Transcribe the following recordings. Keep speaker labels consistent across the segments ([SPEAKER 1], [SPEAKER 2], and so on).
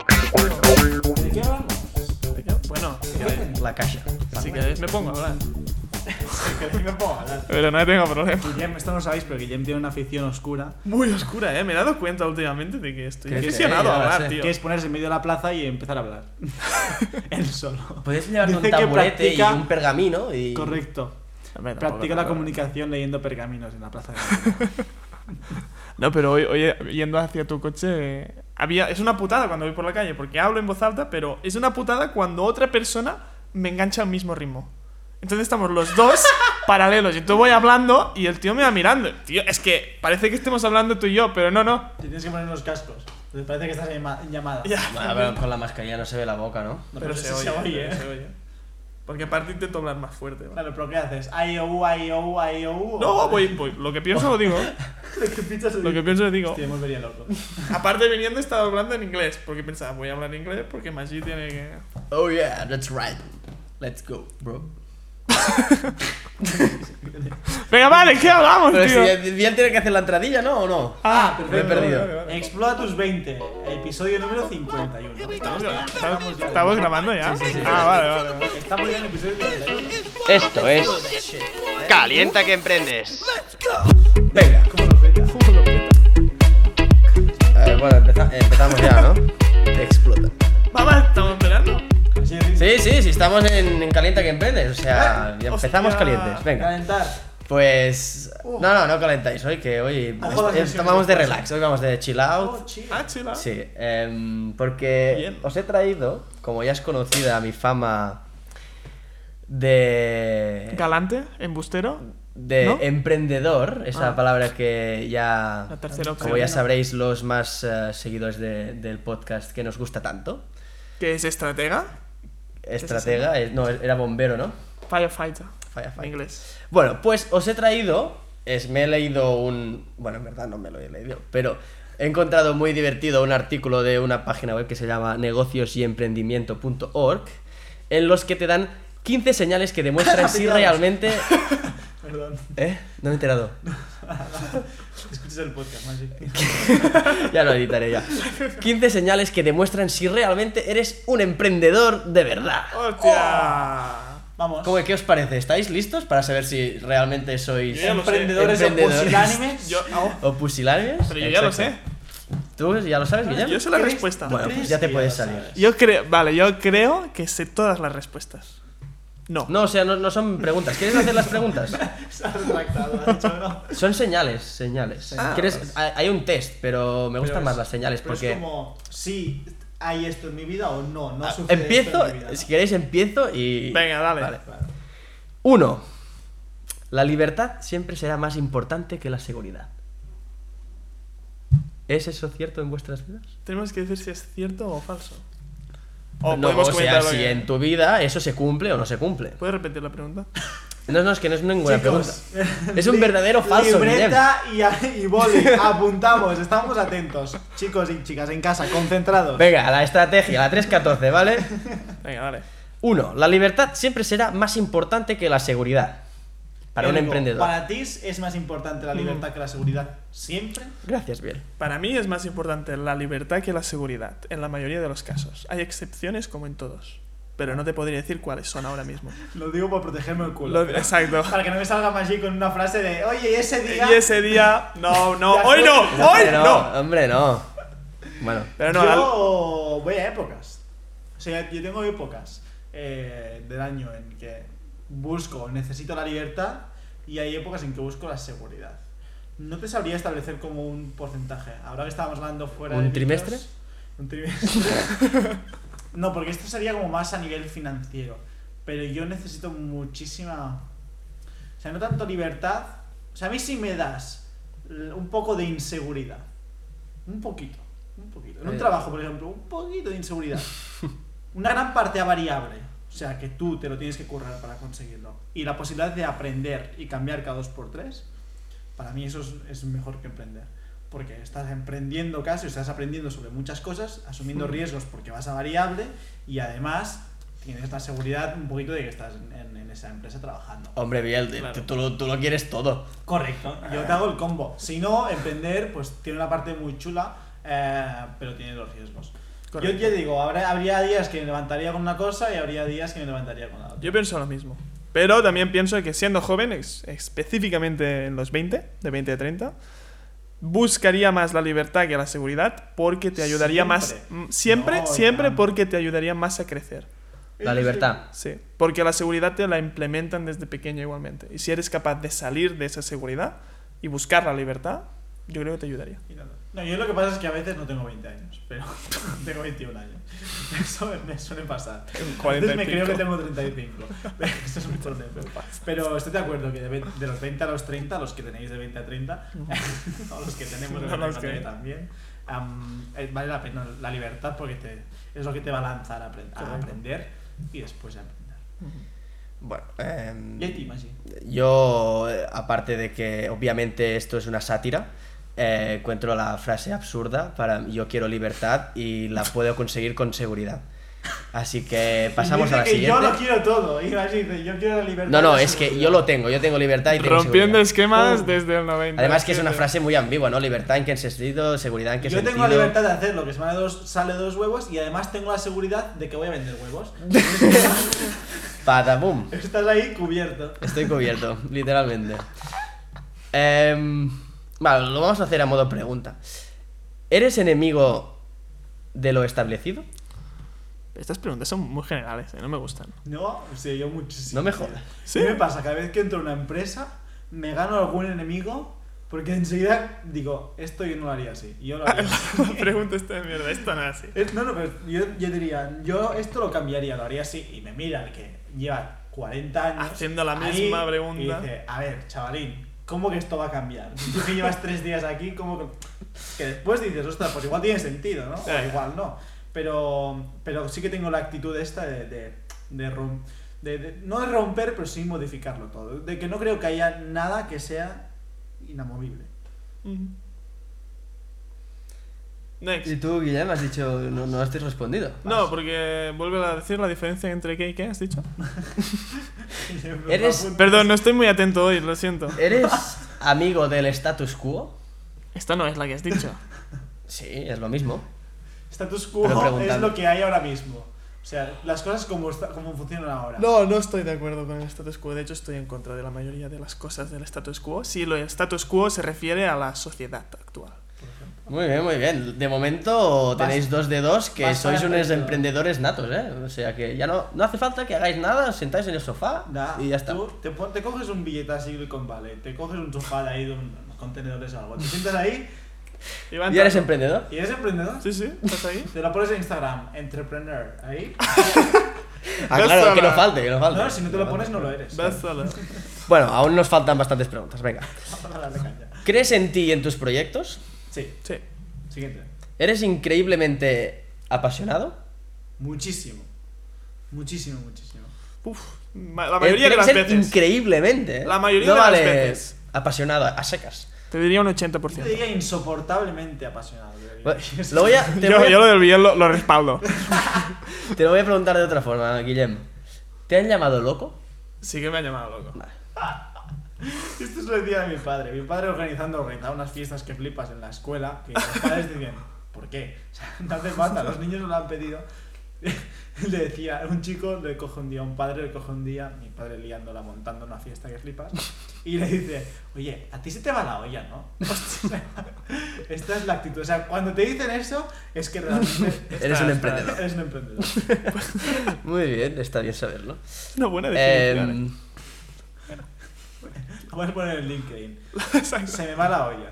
[SPEAKER 1] ¿De qué hablamos?
[SPEAKER 2] ¿De qué? Bueno, si queréis,
[SPEAKER 3] La caja.
[SPEAKER 2] si queréis me pongo a hablar.
[SPEAKER 1] me puedo hablar.
[SPEAKER 2] Pero no tengo problema.
[SPEAKER 1] Guillem, esto no sabéis, pero Guillem tiene una afición oscura.
[SPEAKER 2] Muy oscura, eh. Me he dado cuenta últimamente de que estoy
[SPEAKER 3] Que es que,
[SPEAKER 2] aficionado
[SPEAKER 3] eh,
[SPEAKER 2] a
[SPEAKER 3] ahora
[SPEAKER 2] hablar,
[SPEAKER 3] sé.
[SPEAKER 2] tío.
[SPEAKER 1] Que es ponerse en medio de la plaza y empezar a hablar. Él solo.
[SPEAKER 2] Pues
[SPEAKER 3] Puedes llevarte un
[SPEAKER 1] Dice que
[SPEAKER 3] taburete
[SPEAKER 1] practica-
[SPEAKER 3] y un pergamino y.
[SPEAKER 1] Correcto.
[SPEAKER 2] Hombre, tampoco,
[SPEAKER 1] Practica la
[SPEAKER 2] tampoco.
[SPEAKER 1] comunicación leyendo pergaminos en la plaza. de-
[SPEAKER 2] No, pero hoy, hoy, eh, yendo hacia tu coche. eh, Había, es una putada cuando voy por la calle, porque hablo en voz alta, pero es una putada cuando otra persona me engancha al mismo ritmo. Entonces estamos los dos paralelos. Y tú voy hablando y el tío me va mirando. Tío, es que parece que estemos hablando tú y yo, pero no, no.
[SPEAKER 1] Tienes que poner los cascos. Te parece que estás en ma- en llamada.
[SPEAKER 2] Ya.
[SPEAKER 3] Bueno, pero con la mascarilla no se ve la boca, ¿no?
[SPEAKER 1] No, pero, se, se oye,
[SPEAKER 2] pero
[SPEAKER 1] ¿eh?
[SPEAKER 2] se oye. Porque aparte intento hablar más fuerte. ¿vale?
[SPEAKER 1] Claro, pero ¿qué haces? IOU, IOU, IOU.
[SPEAKER 2] No, voy, voy. Lo que pienso lo digo.
[SPEAKER 1] Lo que piensas
[SPEAKER 2] Lo que pienso lo digo.
[SPEAKER 1] Hostia, me volvería loco.
[SPEAKER 2] Aparte viniendo estaba hablando en inglés, porque pensaba, voy a hablar en inglés porque Maggi tiene que...
[SPEAKER 3] Oh yeah, that's right. Let's go, bro.
[SPEAKER 2] Venga, vale, ¿qué hablamos,
[SPEAKER 3] Pero si
[SPEAKER 2] tío?
[SPEAKER 3] él él tiene que hacer la entradilla, ¿no? ¿O no?
[SPEAKER 1] Ah,
[SPEAKER 3] me he
[SPEAKER 1] perfecto.
[SPEAKER 3] perdido.
[SPEAKER 2] vale, vale.
[SPEAKER 1] Explora tus 20, episodio número 51.
[SPEAKER 2] ¿Estamos, gra- estamos- estamos grabando ya? Ah, vale, vale. vale.
[SPEAKER 1] Estamos ya en el episodio 51.
[SPEAKER 4] Esto es Calienta que emprendes.
[SPEAKER 3] Venga.
[SPEAKER 2] Fútbol completa.
[SPEAKER 3] A ver, bueno, empeza- empezamos ya, ¿no? Explota.
[SPEAKER 2] Va, va, estamos esperando.
[SPEAKER 1] Así de ritmo.
[SPEAKER 3] Sí, sí, sí, estamos en, en calienta que emprendes. O
[SPEAKER 1] Ah,
[SPEAKER 3] sea, ya empezamos
[SPEAKER 2] hostia.
[SPEAKER 3] calientes. Venga.
[SPEAKER 1] Calentar.
[SPEAKER 3] Pues. No, no, no calentáis hoy, que hoy
[SPEAKER 1] Uh. Ojo las
[SPEAKER 3] est- est-
[SPEAKER 1] lesiones,
[SPEAKER 3] vamos de
[SPEAKER 1] pues.
[SPEAKER 3] relax, hoy vamos de chill
[SPEAKER 1] Oh,
[SPEAKER 3] out.
[SPEAKER 1] chill.
[SPEAKER 2] Ah, chila.
[SPEAKER 3] Sí, em, porque
[SPEAKER 2] Bien.
[SPEAKER 3] os he traído, como ya es conocida mi fama de.
[SPEAKER 2] Galante, embustero.
[SPEAKER 3] de
[SPEAKER 2] ¿No?
[SPEAKER 3] emprendedor, esa
[SPEAKER 2] Ah.
[SPEAKER 3] palabra que ya.
[SPEAKER 2] La tercera opción.
[SPEAKER 3] como ya sabréis, los más eh, seguidores de- del podcast que nos gusta tanto.
[SPEAKER 2] ¿Qué es estratega?
[SPEAKER 3] Estratega, eh, no, era bombero, ¿no?
[SPEAKER 2] Firefighter.
[SPEAKER 3] Firefighter.
[SPEAKER 2] En inglés.
[SPEAKER 3] Bueno, pues os he traído, es, me he leído un, bueno, en verdad no me lo he leído, pero he encontrado muy divertido un artículo de una página web que se llama negociosyemprendimiento.org, en los que te dan 15 señales que demuestran si realmente...
[SPEAKER 1] Perdón.
[SPEAKER 3] ¿Eh? No me he enterado.
[SPEAKER 1] Escuchas el podcast, Masi.
[SPEAKER 3] Ya lo editaré ya. 15 señales que demuestran si realmente eres un emprendedor de verdad.
[SPEAKER 2] ¡Hostia!
[SPEAKER 3] Oh.
[SPEAKER 1] Vamos.
[SPEAKER 3] ¿Cómo, ¿Qué os parece? ¿Estáis listos para saber si realmente sois
[SPEAKER 2] Yo ya lo sé.
[SPEAKER 1] Emprendedores o
[SPEAKER 3] Emprendedores.
[SPEAKER 1] pusilánimes.
[SPEAKER 2] Yo, ah,
[SPEAKER 3] o pusilánimes?
[SPEAKER 2] pero yo ya lo sé.
[SPEAKER 3] Exacto. ¿Tú ya lo sabes, Guillem?
[SPEAKER 2] Yo sé la
[SPEAKER 1] ¿Creéis?
[SPEAKER 2] respuesta.
[SPEAKER 3] Bueno,
[SPEAKER 1] ¿Crees
[SPEAKER 3] pues ya te
[SPEAKER 1] que
[SPEAKER 3] puedes
[SPEAKER 1] ya lo
[SPEAKER 3] salir.
[SPEAKER 1] sabes?
[SPEAKER 2] Yo creo, vale, yo creo que sé todas las respuestas. No.
[SPEAKER 3] No, o sea, no, no son preguntas. ¿Quieres hacer las preguntas?
[SPEAKER 1] Se ha retractado, ha dicho no.
[SPEAKER 3] Son señales, señales.
[SPEAKER 2] Ah,
[SPEAKER 3] ¿Quieres- hay hay un test, pero me gustan
[SPEAKER 2] es-
[SPEAKER 3] más las señales
[SPEAKER 1] Pero
[SPEAKER 3] porque...
[SPEAKER 1] es como, sí, hay esto en mi vida o no, no
[SPEAKER 3] Ah,
[SPEAKER 1] sucede
[SPEAKER 3] empiezo,
[SPEAKER 1] esto en mi vida, ¿no?
[SPEAKER 3] si queréis empiezo y...
[SPEAKER 2] Venga, dale.
[SPEAKER 3] Vale.
[SPEAKER 1] Claro.
[SPEAKER 3] Uno. La libertad siempre será más importante que la seguridad. ¿Es eso cierto en vuestras vidas?
[SPEAKER 2] Tenemos que decir si es cierto o falso. O
[SPEAKER 3] no,
[SPEAKER 2] podemos
[SPEAKER 3] o sea,
[SPEAKER 2] comentar
[SPEAKER 3] si en tu vida eso se cumple o no se cumple.
[SPEAKER 2] ¿Puedes repetir la pregunta?
[SPEAKER 3] No, no, es que no es ninguna
[SPEAKER 1] Chicos,
[SPEAKER 3] pregunta. Es un verdadero falso,
[SPEAKER 1] Libreta y, y boli, apuntamos, estamos atentos. Chicos y chicas en casa, concentrados.
[SPEAKER 3] Venga, la estrategia, la 314, ¿vale?
[SPEAKER 2] Venga, dale.
[SPEAKER 3] 1. La libertad siempre será más importante que la seguridad. Para un
[SPEAKER 1] Ergo,
[SPEAKER 3] emprendedor.
[SPEAKER 1] Para ti es más importante la
[SPEAKER 2] Mm.
[SPEAKER 1] libertad que la seguridad. Siempre.
[SPEAKER 3] Gracias, Biel.
[SPEAKER 2] Para mí es más importante la libertad que la seguridad, en la mayoría de los casos. Hay excepciones como en todos, pero no te podría decir cuáles son ahora mismo.
[SPEAKER 1] Lo digo por protegerme el culo.
[SPEAKER 2] Lo- exacto.
[SPEAKER 1] Para que no me salga más allí con una frase de, oye, ¿y ese día.
[SPEAKER 2] Y ese día, no, no,
[SPEAKER 1] Ya
[SPEAKER 2] hoy no,
[SPEAKER 3] No,
[SPEAKER 2] hoy
[SPEAKER 3] hombre,
[SPEAKER 2] no.
[SPEAKER 3] Hombre, no. Bueno,
[SPEAKER 2] Pero no, la-
[SPEAKER 1] yo voy a épocas. O sea, yo tengo épocas eh, del año en que busco, necesito la libertad y hay épocas en que busco la seguridad. No te sabría establecer como un porcentaje. Ahora que estábamos hablando fuera
[SPEAKER 3] ¿Un
[SPEAKER 1] de
[SPEAKER 3] trimestre?
[SPEAKER 1] micros, un trimestre. no, porque esto sería como más a nivel financiero. Pero yo necesito muchísima o sea, no tanto libertad. O sea, a mí sí me das l- un poco de inseguridad. Un poquito. Un poquito. En un
[SPEAKER 3] Eh.
[SPEAKER 1] trabajo, por ejemplo, un poquito de inseguridad. Una gran parte a variable. O sea, que tú te lo tienes que currar para conseguirlo. Y la posibilidad de aprender y cambiar cada dos por tres. Para mí eso es, es mejor que emprender. Porque estás emprendiendo casi, estás aprendiendo sobre muchas cosas, asumiendo riesgos porque vas a variable y además tienes la seguridad un poquito de que estás en, en- en en esa empresa trabajando.
[SPEAKER 3] Hombre, Biel, de-
[SPEAKER 2] Claro.
[SPEAKER 3] tú, tú lo- tú lo quieres todo.
[SPEAKER 1] Correcto, yo te hago el combo. Si no, emprender, pues tiene una parte muy chula, eh, pero tiene los riesgos. Yo
[SPEAKER 2] Correcto.
[SPEAKER 1] te digo, habrá- habría días que me levantaría con una cosa y habría días que me levantaría con la otra.
[SPEAKER 2] Yo pienso lo mismo. Pero también pienso que siendo joven, ex- específicamente en los 20, de 20 a 30, buscaría más la libertad que la seguridad porque te ayudaría más.
[SPEAKER 1] Siempre.
[SPEAKER 2] mm, Siempre,
[SPEAKER 1] No,
[SPEAKER 2] siempre
[SPEAKER 1] Iván.
[SPEAKER 2] porque te ayudaría más a crecer.
[SPEAKER 3] La libertad.
[SPEAKER 2] Sí, porque la seguridad te la implementan desde pequeño igualmente. Y si eres capaz de salir de esa seguridad y buscar la libertad, yo creo que te ayudaría.
[SPEAKER 1] Y nada. No, yo lo que pasa es que a veces no tengo 20 años, pero tengo 21 años. Eso me, me suele pasar. A veces me
[SPEAKER 2] 45.
[SPEAKER 1] creo que tengo 35. Eso es un problema. Pero estoy de acuerdo que de, ve- de los 20 a los 30, los que tenéis de 20 a 30, o los que tenemos de
[SPEAKER 2] No,
[SPEAKER 1] 20 a
[SPEAKER 2] los que-
[SPEAKER 1] 30 también, am, eh, vale la pena la libertad porque te- es lo que te va a lanzar a, apren- a
[SPEAKER 2] Correcto.
[SPEAKER 1] aprender y después a aprender.
[SPEAKER 3] Bueno, eh,
[SPEAKER 1] Y a ti, Maggi.
[SPEAKER 3] Yo, eh, aparte de que obviamente esto es una sátira, eh, encuentro la frase absurda para yo quiero libertad y la puedo conseguir con seguridad. Así que pasamos
[SPEAKER 1] Dice
[SPEAKER 3] a la
[SPEAKER 1] que Yo
[SPEAKER 3] siguiente.
[SPEAKER 1] lo quiero todo. Y Maggi dice, yo quiero la libertad.
[SPEAKER 3] no, no,
[SPEAKER 1] y la
[SPEAKER 3] es que
[SPEAKER 1] seguridad.
[SPEAKER 3] yo lo tengo, yo tengo libertad y tengo
[SPEAKER 2] Rompiendo
[SPEAKER 3] seguridad.
[SPEAKER 2] esquemas
[SPEAKER 1] Oh.
[SPEAKER 2] desde el 90.
[SPEAKER 3] Además que es una frase muy ambigua, ¿no? Libertad en qué sentido, seguridad en qué
[SPEAKER 1] Yo
[SPEAKER 3] sentido.
[SPEAKER 1] tengo la libertad de hacerlo, que se me sale dos, sale dos huevos y además tengo la seguridad de que voy a vender huevos. Entonces,
[SPEAKER 3] Padabum.
[SPEAKER 1] Estás ahí cubierto.
[SPEAKER 3] Estoy cubierto, literalmente. Em, vale, lo vamos a hacer a modo pregunta. ¿Eres enemigo de lo establecido?
[SPEAKER 2] Estas preguntas son muy generales, eh, no me gustan.
[SPEAKER 1] No, o sea, yo muchísimo.
[SPEAKER 3] No me
[SPEAKER 1] tío.
[SPEAKER 3] jodas.
[SPEAKER 2] Sí.
[SPEAKER 1] ¿Qué me pasa? Cada vez que entro a una empresa, me gano algún enemigo porque enseguida digo, esto yo no lo haría así. Yo lo haría
[SPEAKER 2] La
[SPEAKER 1] así.
[SPEAKER 2] pregunta está de mierda, esto no es así.
[SPEAKER 1] Es- No, no, pero yo, yo diría, yo esto lo cambiaría, lo haría así. Y me mira el que lleva 40 años.
[SPEAKER 2] Haciendo la
[SPEAKER 1] ahí,
[SPEAKER 2] misma pregunta.
[SPEAKER 1] Y dice, a ver, chavalín, ¿cómo que esto va a cambiar? Tú que llevas tres días aquí, ¿cómo que.? Que después dices, ostras, pues igual tiene sentido, ¿no?
[SPEAKER 2] Ya, ya.
[SPEAKER 1] O igual no. Pero, pero sí que tengo la actitud esta de. de, de rom- de- de- no de romper, pero sí modificarlo todo. De que no creo que haya nada que sea inamovible.
[SPEAKER 2] Ujú. Next.
[SPEAKER 3] tú, Guillermo, has dicho, no, no has respondido.
[SPEAKER 2] No, porque vuelve a decir la diferencia entre qué y qué, has dicho.
[SPEAKER 3] Eres-
[SPEAKER 2] Perdón, no estoy muy atento hoy, lo siento.
[SPEAKER 3] ¿Eres amigo del status quo?
[SPEAKER 2] Esta no es la que has dicho.
[SPEAKER 3] Sí, es lo mismo.
[SPEAKER 1] Status
[SPEAKER 3] Pero
[SPEAKER 1] quo es
[SPEAKER 3] preguntando.
[SPEAKER 1] lo que hay ahora mismo. O sea, las cosas como, esta- como funcionan ahora.
[SPEAKER 2] No, no estoy de acuerdo con el status quo. De hecho, estoy en contra de la mayoría de las cosas del status quo. Si lo status quo se refiere a la sociedad actual.
[SPEAKER 3] Muy bien, muy bien. De momento tenéis dos de dos que
[SPEAKER 1] vas
[SPEAKER 3] sois
[SPEAKER 1] para
[SPEAKER 3] unos
[SPEAKER 1] adentro.
[SPEAKER 3] emprendedores natos, ¿eh? O sea que ya no, no hace falta que hagáis nada, os sentáis en el sofá
[SPEAKER 1] Da,
[SPEAKER 3] y ya está.
[SPEAKER 1] Tú te, pon- te coges un billete a Silicon Valley, te coges un sofá de ahí de unos contenedores o algo, te sientas ahí
[SPEAKER 2] Iván,
[SPEAKER 3] ¿Y eres
[SPEAKER 2] ¿tanto?
[SPEAKER 3] emprendedor?
[SPEAKER 1] y eres emprendedor.
[SPEAKER 2] Sí, sí, estás ahí.
[SPEAKER 1] Te lo pones en Instagram, entrepreneur, ahí.
[SPEAKER 3] Ah,
[SPEAKER 2] Vas
[SPEAKER 3] claro,
[SPEAKER 2] a
[SPEAKER 3] que
[SPEAKER 2] la-
[SPEAKER 3] no falte, que no falte.
[SPEAKER 1] No, si no te lo pones no lo eres.
[SPEAKER 2] Vas solo.
[SPEAKER 3] Bueno, aún nos faltan bastantes preguntas, venga.
[SPEAKER 1] Vamos a darle caña.
[SPEAKER 3] ¿Crees en ti y en tus proyectos?
[SPEAKER 1] Sí,
[SPEAKER 2] Sí.
[SPEAKER 1] siguiente.
[SPEAKER 3] ¿Eres increíblemente apasionado?
[SPEAKER 1] Muchísimo. Muchísimo, muchísimo.
[SPEAKER 2] Uf, ma- la
[SPEAKER 3] Eh, tiene
[SPEAKER 2] mayoría de
[SPEAKER 3] que
[SPEAKER 2] las
[SPEAKER 3] ser
[SPEAKER 2] veces.
[SPEAKER 3] Increíblemente. ¿eh?
[SPEAKER 2] La mayoría
[SPEAKER 3] no
[SPEAKER 2] de las
[SPEAKER 3] vale
[SPEAKER 2] veces.
[SPEAKER 3] Apasionado, a secas.
[SPEAKER 2] Te diría un
[SPEAKER 1] Yo
[SPEAKER 2] 80%.
[SPEAKER 1] te diría insoportablemente apasionado. yo diría.
[SPEAKER 3] Lo voy a, te,
[SPEAKER 2] Yo,
[SPEAKER 3] voy a-
[SPEAKER 2] yo lo del bien lo, lo respaldo.
[SPEAKER 3] te lo voy a preguntar de otra forma, Guillem. ¿Te han llamado loco?
[SPEAKER 2] Sí que me ha llamado loco.
[SPEAKER 1] Esto se lo decía a mi padre. Mi padre organizando, organizaba unas fiestas que flipas en la escuela, que los padres decían, ¿por qué? O sea, no hace falta, los niños no lo han pedido. Le decía, un chico le coge un día, un padre le coge un día, mi padre liándola, montando una fiesta que flipas, y le dice, oye, a ti se te va la olla, ¿no? Hostia, Esta es la actitud. O sea, cuando te dicen eso, es que realmente
[SPEAKER 3] Eres un
[SPEAKER 2] está.
[SPEAKER 3] emprendedor.
[SPEAKER 1] eres un emprendedor.
[SPEAKER 3] Muy bien, está bien saberlo.
[SPEAKER 2] Una buena definición. eh.
[SPEAKER 3] Em,
[SPEAKER 1] Lo voy a poner en LinkedIn.
[SPEAKER 2] Exacto.
[SPEAKER 1] Se me va la olla.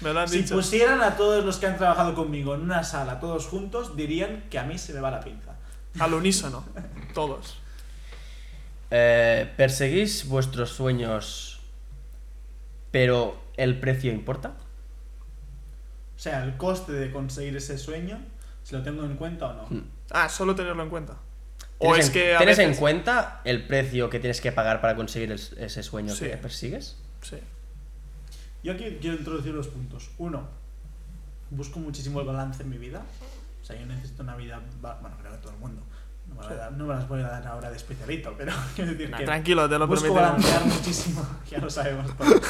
[SPEAKER 2] Me lo han
[SPEAKER 1] Si
[SPEAKER 2] dicho.
[SPEAKER 3] pues-
[SPEAKER 1] pusieran a todos los que han trabajado conmigo en una sala, todos juntos, dirían que a mí se me va la pinza.
[SPEAKER 2] Al unísono. Todos.
[SPEAKER 3] eh, ¿Perseguís vuestros sueños, pero el precio importa?
[SPEAKER 1] O sea, el coste de conseguir ese sueño, si lo tengo en cuenta o
[SPEAKER 3] Hmm.
[SPEAKER 1] no.
[SPEAKER 2] Ah, solo tenerlo en cuenta. O
[SPEAKER 3] ¿Tienes,
[SPEAKER 2] es
[SPEAKER 3] en,
[SPEAKER 2] que a
[SPEAKER 3] ¿tienes en
[SPEAKER 2] veces-
[SPEAKER 3] cuenta el precio que tienes que pagar para conseguir es- ese sueño
[SPEAKER 2] Sí.
[SPEAKER 3] que persigues?
[SPEAKER 2] Sí.
[SPEAKER 1] Yo aquí quiero introducir dos puntos. Uno, busco muchísimo el balance en mi vida. O sea, yo necesito una vida, ba- bueno, creo que todo el mundo, No me, la- no me las voy a dar ahora de especialito, pero quiero decir
[SPEAKER 2] Nah,
[SPEAKER 1] que.
[SPEAKER 2] tranquilo, te lo
[SPEAKER 1] busco
[SPEAKER 2] prometemos.
[SPEAKER 1] balancear muchísimo, ya lo sabemos todos.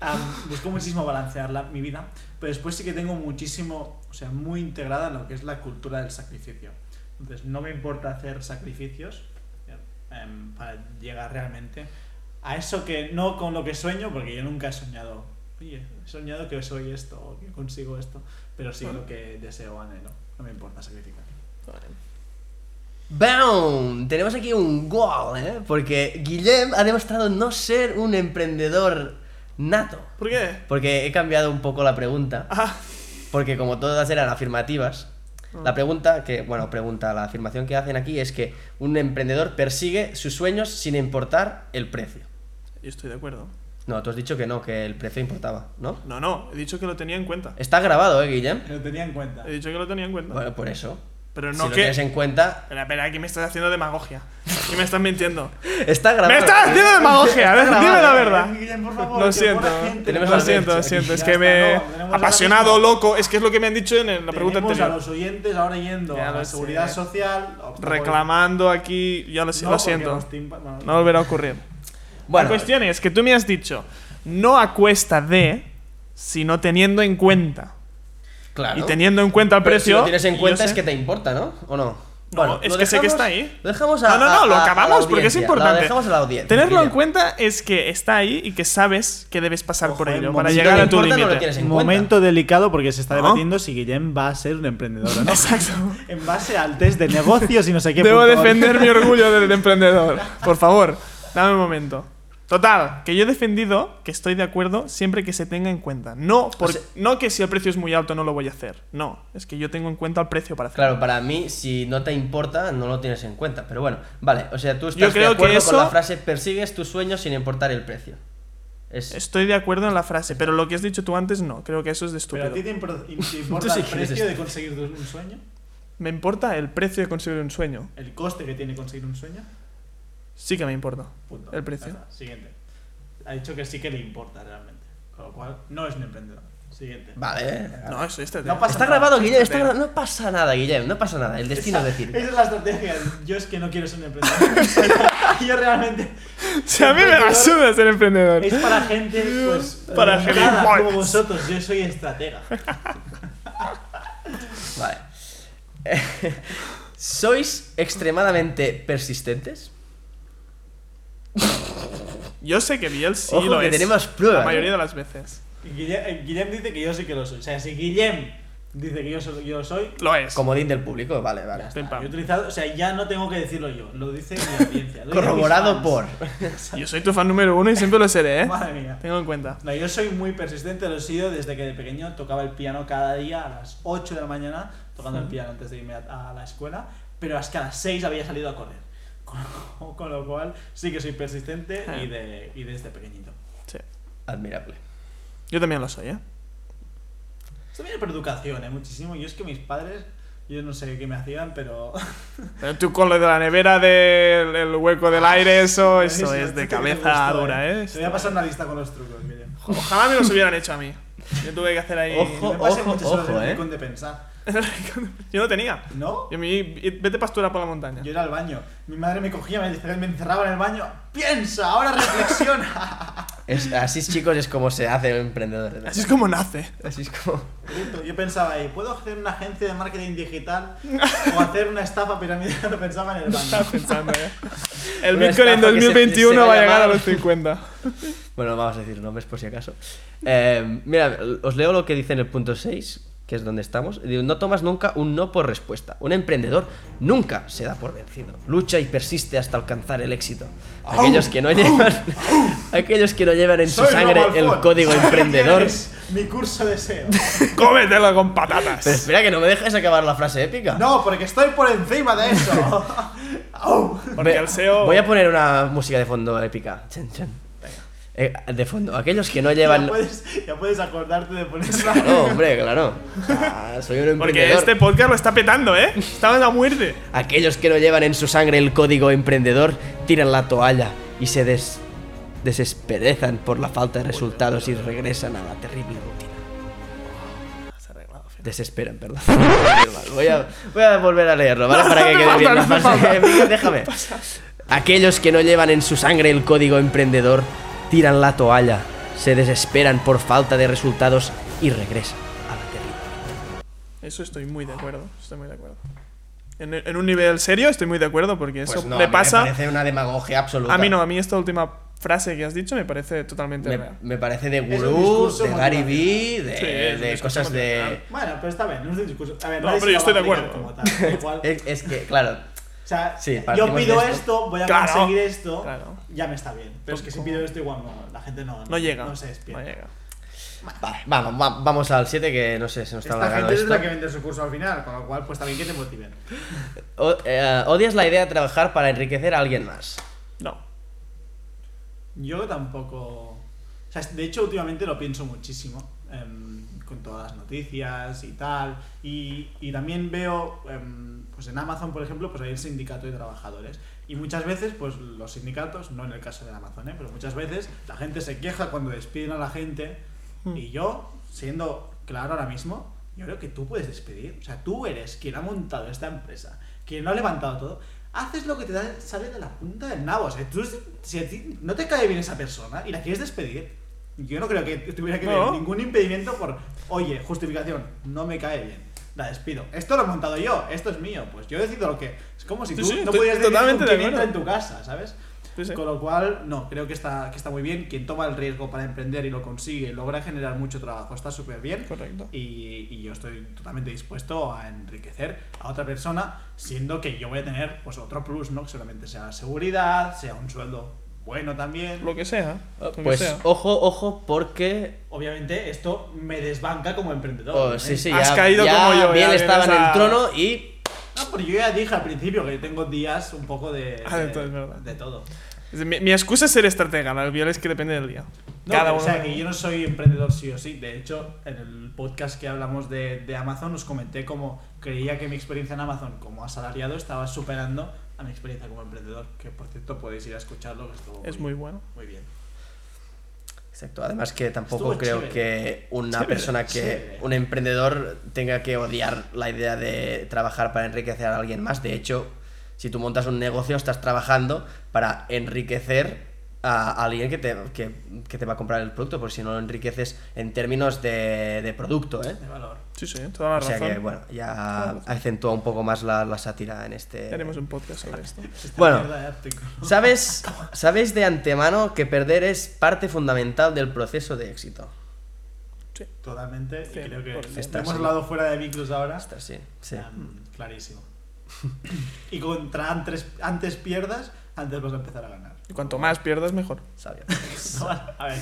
[SPEAKER 1] Am, busco muchísimo balancear la- mi vida, pero después sí que tengo muchísimo, o sea, muy integrada en lo que es la cultura del sacrificio. Entonces, no me importa hacer sacrificios ya, em, para llegar realmente a eso que no con lo que sueño, porque yo nunca he soñado, oye, he soñado que soy esto o que consigo esto, pero sí lo que deseo o anhelo. No me importa sacrificar.
[SPEAKER 3] ¡Bam! Tenemos aquí un gol, ¿eh? Porque Guillem ha demostrado no ser un emprendedor nato.
[SPEAKER 2] ¿Por qué?
[SPEAKER 3] Porque he cambiado un poco la pregunta.
[SPEAKER 2] Ah,
[SPEAKER 3] Porque como todas eran afirmativas, la pregunta que, bueno, pregunta, la afirmación que hacen aquí es que un emprendedor persigue sus sueños sin importar el precio.
[SPEAKER 2] yo estoy de acuerdo.
[SPEAKER 3] No, tú has dicho que no, que el precio importaba, ¿no?
[SPEAKER 2] No, no, he dicho que lo tenía en cuenta.
[SPEAKER 3] Está grabado, ¿eh, Guillem?
[SPEAKER 1] Lo tenía en cuenta.
[SPEAKER 2] He dicho que lo tenía en cuenta.
[SPEAKER 3] Bueno, por eso.
[SPEAKER 2] Pero
[SPEAKER 3] si
[SPEAKER 2] no
[SPEAKER 3] lo
[SPEAKER 2] que-
[SPEAKER 3] tienes en cuenta,
[SPEAKER 2] Espera, espera, aquí me estás haciendo demagogia. Aquí me estás mintiendo.
[SPEAKER 3] está grabado.
[SPEAKER 2] ¡Me estás haciendo demagogia! a ver,
[SPEAKER 1] Está
[SPEAKER 2] Dime la
[SPEAKER 1] grabado,
[SPEAKER 2] verdad.
[SPEAKER 1] eh, Guillem, por favor,
[SPEAKER 2] Lo
[SPEAKER 1] que
[SPEAKER 2] siento.
[SPEAKER 1] buena gente.
[SPEAKER 3] Tenemos
[SPEAKER 2] Lo
[SPEAKER 3] al
[SPEAKER 2] siento,
[SPEAKER 3] Bench
[SPEAKER 2] lo
[SPEAKER 3] aquí.
[SPEAKER 2] siento. Es
[SPEAKER 1] Ya
[SPEAKER 2] que
[SPEAKER 1] está,
[SPEAKER 2] me.
[SPEAKER 1] no, tenemos ahora
[SPEAKER 2] Apasionado,
[SPEAKER 1] mismo-
[SPEAKER 2] loco. Es que es lo que me han dicho en el- la pregunta
[SPEAKER 1] Tenemos a
[SPEAKER 2] anterior.
[SPEAKER 1] los oyentes ahora yendo
[SPEAKER 2] Ya
[SPEAKER 1] a
[SPEAKER 2] lo
[SPEAKER 1] la
[SPEAKER 2] sé.
[SPEAKER 1] seguridad social. obstáculos-
[SPEAKER 2] Reclamando aquí. Ya lo,
[SPEAKER 1] No,
[SPEAKER 2] lo
[SPEAKER 1] porque
[SPEAKER 2] siento.
[SPEAKER 1] los timpa- bueno,
[SPEAKER 2] No volverá a ocurrir.
[SPEAKER 3] Bueno,
[SPEAKER 2] la cuestión es que tú me has dicho, no a cuesta de, sino teniendo en cuenta.
[SPEAKER 3] claro.
[SPEAKER 2] Y teniendo en cuenta el
[SPEAKER 3] Pero
[SPEAKER 2] precio.
[SPEAKER 3] Si lo tienes en
[SPEAKER 2] yo
[SPEAKER 3] cuenta
[SPEAKER 2] sé-
[SPEAKER 3] es que te importa, ¿no? ¿O no?
[SPEAKER 2] es
[SPEAKER 3] lo
[SPEAKER 2] que sé que está ahí.
[SPEAKER 3] Lo dejamos a.
[SPEAKER 2] No,
[SPEAKER 3] a-
[SPEAKER 2] no, no, lo
[SPEAKER 3] a- a la
[SPEAKER 2] acabamos porque es
[SPEAKER 3] audiencia,
[SPEAKER 2] importante.
[SPEAKER 3] Lo dejamos a la audiencia.
[SPEAKER 2] Tenerlo en
[SPEAKER 3] Guillem.
[SPEAKER 2] cuenta es que está ahí y que sabes que debes pasar
[SPEAKER 1] Ojo,
[SPEAKER 2] por
[SPEAKER 3] eh,
[SPEAKER 1] en
[SPEAKER 2] ello
[SPEAKER 1] momento
[SPEAKER 2] para
[SPEAKER 1] de
[SPEAKER 2] llegar a tu
[SPEAKER 3] importa, no lo
[SPEAKER 2] límite.
[SPEAKER 3] tienes en
[SPEAKER 1] Momento delicado porque se está
[SPEAKER 2] No.
[SPEAKER 1] debatiendo si Guillem va a ser un emprendedor o no.
[SPEAKER 2] Exacto.
[SPEAKER 1] en base al test de negocios y no sé qué.
[SPEAKER 2] Debo
[SPEAKER 1] punto-
[SPEAKER 2] defender mi orgullo del emprendedor. Por favor, dame un momento. Total, que yo he defendido que estoy de acuerdo siempre que se tenga en cuenta. No, por-
[SPEAKER 3] O sea-
[SPEAKER 2] no que si el precio es muy alto no lo voy a hacer. No, es que yo tengo en cuenta el precio para hacerlo.
[SPEAKER 3] Claro, para mí, si no te importa, no lo tienes en cuenta. Pero bueno, vale, o sea, tú estás
[SPEAKER 2] Yo creo
[SPEAKER 3] de
[SPEAKER 2] que
[SPEAKER 3] acuerdo
[SPEAKER 2] eso-
[SPEAKER 3] con la frase persigues tus sueños sin importar el precio. Es...
[SPEAKER 2] Estoy de acuerdo en la frase, pero lo que has dicho tú antes no. Creo que eso es de
[SPEAKER 1] Pero
[SPEAKER 2] estúpido.
[SPEAKER 1] a ti te, impor- te importa
[SPEAKER 3] Tú sí
[SPEAKER 1] el
[SPEAKER 3] que eres
[SPEAKER 1] precio de
[SPEAKER 3] estúpido.
[SPEAKER 1] conseguir tu- un sueño,
[SPEAKER 2] Me importa el precio de conseguir un sueño.
[SPEAKER 1] el coste que tiene conseguir un sueño.
[SPEAKER 2] Sí que me importa.
[SPEAKER 1] Punto.
[SPEAKER 2] El precio.
[SPEAKER 1] Ya está. Siguiente. Ha dicho que sí que le importa realmente. Con lo cual, no es un emprendedor. Siguiente.
[SPEAKER 3] Vale.
[SPEAKER 2] No, eso este.
[SPEAKER 1] No pasa
[SPEAKER 3] Está
[SPEAKER 1] nada.
[SPEAKER 3] grabado, Guillem, está
[SPEAKER 2] Espera.
[SPEAKER 3] gra- no pasa nada, Guillem, no pasa nada, el destino decide.
[SPEAKER 1] Esa es la estrategia. Yo es que no quiero ser un emprendedor. yo realmente.
[SPEAKER 2] Si a mí me la suda ser emprendedor.
[SPEAKER 1] Es para gente, pues.
[SPEAKER 2] Para
[SPEAKER 1] pues, nada,
[SPEAKER 2] gilipollas.
[SPEAKER 1] como vosotros. Yo soy estratega.
[SPEAKER 3] Vale. ¿Sois extremadamente persistentes?
[SPEAKER 2] Yo sé que Biel sí
[SPEAKER 3] Ojo
[SPEAKER 2] lo
[SPEAKER 3] que
[SPEAKER 2] es.
[SPEAKER 3] tenemos pruebas,
[SPEAKER 2] La mayoría
[SPEAKER 3] ¿eh?
[SPEAKER 2] de las veces.
[SPEAKER 1] Y Guille- eh, Guillem, dice que yo sí que lo soy. O sea, si Guillem dice que yo, so- yo lo soy.
[SPEAKER 2] Lo es.
[SPEAKER 3] Comodín del público, vale, vale.
[SPEAKER 1] ya está.
[SPEAKER 2] Pim, pam.
[SPEAKER 1] Yo he utilizado, o sea, ya no tengo que decirlo yo, lo dice mi audiencia. lo dicen mis
[SPEAKER 3] Corroborado
[SPEAKER 1] fans.
[SPEAKER 3] por.
[SPEAKER 2] Yo soy tu fan número uno y siempre lo seré, ¿eh?
[SPEAKER 1] Madre mía.
[SPEAKER 2] Tengo en cuenta.
[SPEAKER 1] No, yo soy muy persistente, lo he sido desde que de pequeño tocaba el piano cada día a las 8 de la mañana, tocando el piano antes de irme a, a la escuela, pero hasta las 6 había salido a correr. Con, lo- con lo cual, sí que soy persistente
[SPEAKER 2] Ah.
[SPEAKER 1] y, de, y desde pequeñito.
[SPEAKER 2] Sí.
[SPEAKER 3] Admirable.
[SPEAKER 2] Yo también lo soy, ¿eh?
[SPEAKER 1] Esto viene por educación, ¿eh? Muchísimo. Yo es que mis padres, yo no sé qué me hacían, pero.
[SPEAKER 2] Pero tú con lo de la nevera del el hueco del aire, eso, Oh, eso
[SPEAKER 1] Sí, sí,
[SPEAKER 2] es de
[SPEAKER 1] sí que me
[SPEAKER 2] cabeza
[SPEAKER 1] gustó,
[SPEAKER 2] dura, ¿eh?
[SPEAKER 1] Te voy a pasar una lista con los trucos, mire.
[SPEAKER 2] Ojalá me los hubieran hecho a mí. Yo tuve que hacer ahí.
[SPEAKER 3] Ojo.
[SPEAKER 1] Me pasé
[SPEAKER 3] ojo,
[SPEAKER 1] muchas horas
[SPEAKER 3] ojo,
[SPEAKER 1] en el
[SPEAKER 3] ¿eh?
[SPEAKER 1] rincón de pensar.
[SPEAKER 2] Yo no tenía.
[SPEAKER 1] ¿No?
[SPEAKER 2] Yo me vete pastura por la montaña.
[SPEAKER 1] Yo era al baño. Mi madre me cogía, me decía- me encerraba en el baño. ¡Piensa! ¡Ahora reflexiona!
[SPEAKER 3] Es- así, chicos, es como se hace un emprendedor. de verdad.
[SPEAKER 2] Así es como nace.
[SPEAKER 3] Así es como.
[SPEAKER 1] Correcto. Yo pensaba ahí, ¿puedo hacer una agencia de marketing digital o hacer una estafa piramidal? Lo pensaba en el
[SPEAKER 2] Estaba
[SPEAKER 1] baño.
[SPEAKER 2] pensando, ¿eh? El
[SPEAKER 3] Una
[SPEAKER 2] Bitcoin en
[SPEAKER 3] estafa que se-
[SPEAKER 2] 2021
[SPEAKER 3] se va
[SPEAKER 2] va a
[SPEAKER 3] a
[SPEAKER 2] llegar a
[SPEAKER 3] llamar.
[SPEAKER 2] los 50.
[SPEAKER 3] Bueno, vamos a decir nombres por si acaso. Eh, mira, os leo lo que dice en el punto 6, que es donde estamos. Digo, no tomas nunca un no por respuesta. Un emprendedor nunca se da por vencido. Lucha y persiste hasta alcanzar el éxito. Aquellos que no llevan, aquellos que no llevan en su
[SPEAKER 1] Soy
[SPEAKER 3] sangre
[SPEAKER 1] Robo
[SPEAKER 3] el
[SPEAKER 1] Alfon.
[SPEAKER 3] código
[SPEAKER 1] ¿Sabes
[SPEAKER 3] emprendedor.
[SPEAKER 1] quién es? Mi curso de E SEO.
[SPEAKER 2] Cómetelo con
[SPEAKER 3] Pero
[SPEAKER 2] patatas.
[SPEAKER 3] espera, que no me dejes acabar la frase épica.
[SPEAKER 1] No, porque estoy por encima de eso. Au.
[SPEAKER 2] Porque
[SPEAKER 3] Ve-
[SPEAKER 2] el SEO.
[SPEAKER 3] Voy a poner una música de fondo épica. Chan, chan. Eh, de fondo, aquellos que no llevan.
[SPEAKER 1] Ya, puedes, ya puedes acordarte de poner
[SPEAKER 3] No, hombre, claro. Ah, soy un
[SPEAKER 2] Porque
[SPEAKER 3] emprendedor.
[SPEAKER 2] este podcast lo está petando, ¿eh? Estamos a muerte.
[SPEAKER 3] Aquellos que no llevan en su sangre el código emprendedor tiran la toalla y se des- desesperezan por la falta de resultados y regresan a la terrible rutina.
[SPEAKER 2] Has arreglado, Fer.
[SPEAKER 3] Desesperan, perdón. voy, a, voy a volver a leerlo, ¿vale? Para que quede bien la frase. Déjame. Aquellos que no llevan en su sangre el código emprendedor tiran la toalla, se desesperan por falta de resultados y regresan a la terrible.
[SPEAKER 2] Eso estoy muy de acuerdo. Estoy muy de acuerdo. En, en un nivel serio estoy muy de acuerdo porque eso
[SPEAKER 3] Pues no,
[SPEAKER 2] le
[SPEAKER 3] me
[SPEAKER 2] pasa.
[SPEAKER 3] parece una demagogia absoluta.
[SPEAKER 2] A mí no, a mí esta última frase que has dicho me parece totalmente
[SPEAKER 3] Me,
[SPEAKER 2] real.
[SPEAKER 3] me parece de
[SPEAKER 1] un
[SPEAKER 3] gurú,
[SPEAKER 1] discurso
[SPEAKER 3] de Gary Vee,
[SPEAKER 1] motivacional.
[SPEAKER 3] de,
[SPEAKER 2] Sí, es un
[SPEAKER 3] de
[SPEAKER 2] discurso
[SPEAKER 3] cosas de.
[SPEAKER 1] Bueno, pero está bien, no es un discurso. A ver,
[SPEAKER 2] No,
[SPEAKER 1] nadie
[SPEAKER 2] pero yo
[SPEAKER 1] se lo
[SPEAKER 2] estoy
[SPEAKER 1] va a
[SPEAKER 2] de
[SPEAKER 1] aplicar como
[SPEAKER 2] acuerdo.
[SPEAKER 1] tal, igual.
[SPEAKER 3] Es, es que, claro,
[SPEAKER 1] O sea,
[SPEAKER 3] Sí,
[SPEAKER 1] yo
[SPEAKER 3] partimos
[SPEAKER 1] pido
[SPEAKER 3] de
[SPEAKER 1] esto.
[SPEAKER 3] esto.
[SPEAKER 1] voy a
[SPEAKER 2] Claro.
[SPEAKER 1] conseguir esto,
[SPEAKER 2] Claro.
[SPEAKER 1] ya me está bien. Pero es que si
[SPEAKER 2] ¿Cómo?
[SPEAKER 1] pido esto, igual no, la gente no,
[SPEAKER 2] No llega.
[SPEAKER 1] No se
[SPEAKER 2] no
[SPEAKER 1] despierta.
[SPEAKER 2] llega.
[SPEAKER 3] va- vamos, va- vamos al 7 que no sé, se nos está
[SPEAKER 1] Esta
[SPEAKER 3] alargando
[SPEAKER 1] gente es
[SPEAKER 3] esto.
[SPEAKER 1] la que vende su curso al final, con lo cual, pues también que te motiven.
[SPEAKER 3] O- eh, odias la idea de trabajar para enriquecer a alguien más.
[SPEAKER 2] No.
[SPEAKER 1] Yo tampoco. O sea, de hecho, últimamente lo pienso muchísimo. em, con todas las noticias y tal. Y, y también veo, em, pues en Amazon, por ejemplo, pues hay el sindicato de trabajadores. Y muchas veces, pues los sindicatos, no en el caso de Amazon, ¿eh? pero muchas veces la gente se queja cuando despiden a la gente.
[SPEAKER 2] Mm.
[SPEAKER 1] Y yo, siendo claro ahora mismo, yo creo que tú puedes despedir. O sea, tú eres quien ha montado esta empresa, quien lo ha levantado todo. Haces lo que te da- sale de la punta del nabo. O sea, tú, si a ti no te cae bien esa persona y la quieres despedir, yo no creo que tuviera que
[SPEAKER 2] No.
[SPEAKER 1] haber ningún impedimento por, oye, justificación, no me cae bien. La despido. Esto lo he montado yo, esto es mío. Pues yo decido lo que. Es como si
[SPEAKER 2] Sí,
[SPEAKER 1] tú
[SPEAKER 2] sí,
[SPEAKER 1] no
[SPEAKER 2] estoy
[SPEAKER 1] pudieras decidir
[SPEAKER 2] totalmente
[SPEAKER 1] con
[SPEAKER 2] de
[SPEAKER 1] quién
[SPEAKER 2] acuerdo.
[SPEAKER 1] entra en tu casa, ¿sabes?
[SPEAKER 2] Sí, sí.
[SPEAKER 1] Con lo cual, no, creo que está, que está muy bien. Quien toma el riesgo para emprender y lo consigue, logra generar mucho trabajo, está súper bien.
[SPEAKER 2] Correcto.
[SPEAKER 1] Y, y yo estoy totalmente dispuesto a enriquecer a otra persona, siendo que yo voy a tener pues otro plus, ¿no? Que seguramente sea seguridad, sea un sueldo bueno también.
[SPEAKER 2] Lo que sea. Lo que
[SPEAKER 3] Pues
[SPEAKER 2] sea.
[SPEAKER 3] ojo, ojo, porque
[SPEAKER 1] Obviamente esto me desbanca como emprendedor.
[SPEAKER 3] Oh,
[SPEAKER 1] ¿eh?
[SPEAKER 3] sí, sí,
[SPEAKER 2] Has
[SPEAKER 3] ya,
[SPEAKER 2] caído
[SPEAKER 3] ya
[SPEAKER 2] como yo,
[SPEAKER 3] bien
[SPEAKER 2] ya
[SPEAKER 3] estaba en
[SPEAKER 2] vienes
[SPEAKER 3] el
[SPEAKER 2] a-
[SPEAKER 3] trono y
[SPEAKER 1] No, pero yo ya dije al principio que tengo días un poco de,
[SPEAKER 2] Ah,
[SPEAKER 1] de,
[SPEAKER 2] entonces, verdad.
[SPEAKER 1] de todo.
[SPEAKER 2] Mi, mi excusa es ser estratega, la real es que depende del día.
[SPEAKER 1] No,
[SPEAKER 2] Cada
[SPEAKER 1] pero,
[SPEAKER 2] uno.
[SPEAKER 1] O sea, que yo no soy emprendedor sí o sí. De hecho, en el podcast que hablamos de, de Amazon, os comenté cómo creía que mi experiencia en Amazon como asalariado estaba superando a mi experiencia como emprendedor. Que por cierto, podéis ir a escucharlo, que estuvo
[SPEAKER 2] Es muy bueno.
[SPEAKER 1] Muy bien.
[SPEAKER 3] Exacto, además que tampoco
[SPEAKER 1] Estuvo
[SPEAKER 3] creo
[SPEAKER 1] chévere.
[SPEAKER 3] que una
[SPEAKER 2] Chévere,
[SPEAKER 3] persona que,
[SPEAKER 1] chévere.
[SPEAKER 3] un emprendedor tenga que odiar la idea de trabajar para enriquecer a alguien más. De hecho, si tú montas un negocio, estás trabajando para enriquecer a alguien que te, que, que te va a comprar el producto, porque si no lo enriqueces en términos de, de producto, ¿eh?
[SPEAKER 1] De valor.
[SPEAKER 2] Sí, sí, toda la
[SPEAKER 3] O sea
[SPEAKER 2] razón.
[SPEAKER 3] que, bueno, ya acentúa un poco más la, la sátira en este...
[SPEAKER 2] Haremos un podcast sobre esto.
[SPEAKER 1] Esta
[SPEAKER 3] Bueno.
[SPEAKER 1] mierda de Ártico.
[SPEAKER 3] ¿Sabes, sabes de antemano que perder es parte fundamental del proceso de éxito.
[SPEAKER 2] Sí.
[SPEAKER 1] Totalmente. y
[SPEAKER 2] Cien
[SPEAKER 1] creo que
[SPEAKER 2] por
[SPEAKER 1] hemos
[SPEAKER 2] ciento.
[SPEAKER 3] Está así.
[SPEAKER 1] hablado fuera de micros ahora.
[SPEAKER 3] Está así, sí.
[SPEAKER 1] Um, clarísimo. y contra antes, antes pierdas, antes vas a empezar a ganar.
[SPEAKER 2] Y cuanto más pierdas, mejor.
[SPEAKER 3] Sabio.
[SPEAKER 1] a ver,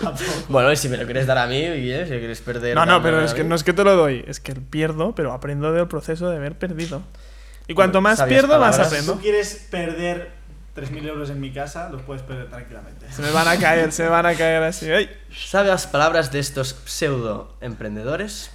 [SPEAKER 1] tampoco.
[SPEAKER 3] Bueno, y si me lo quieres dar a mí, Guille, si lo quieres perder.
[SPEAKER 2] No, no, pero
[SPEAKER 3] dámelo a
[SPEAKER 2] es que
[SPEAKER 3] mí.
[SPEAKER 2] no es que te lo doy, es que pierdo, pero aprendo del proceso de haber perdido. Y cuanto
[SPEAKER 3] Hombre,
[SPEAKER 2] más
[SPEAKER 3] sabias
[SPEAKER 2] pierdo, más
[SPEAKER 3] palabras.
[SPEAKER 1] Si tú
[SPEAKER 2] aprendo.
[SPEAKER 1] quieres perder 3.000 euros en mi casa, los puedes perder tranquilamente.
[SPEAKER 2] Se me van a caer, se me van a caer así. ¡Ay!
[SPEAKER 3] ¿Sabes las palabras de estos pseudo emprendedores?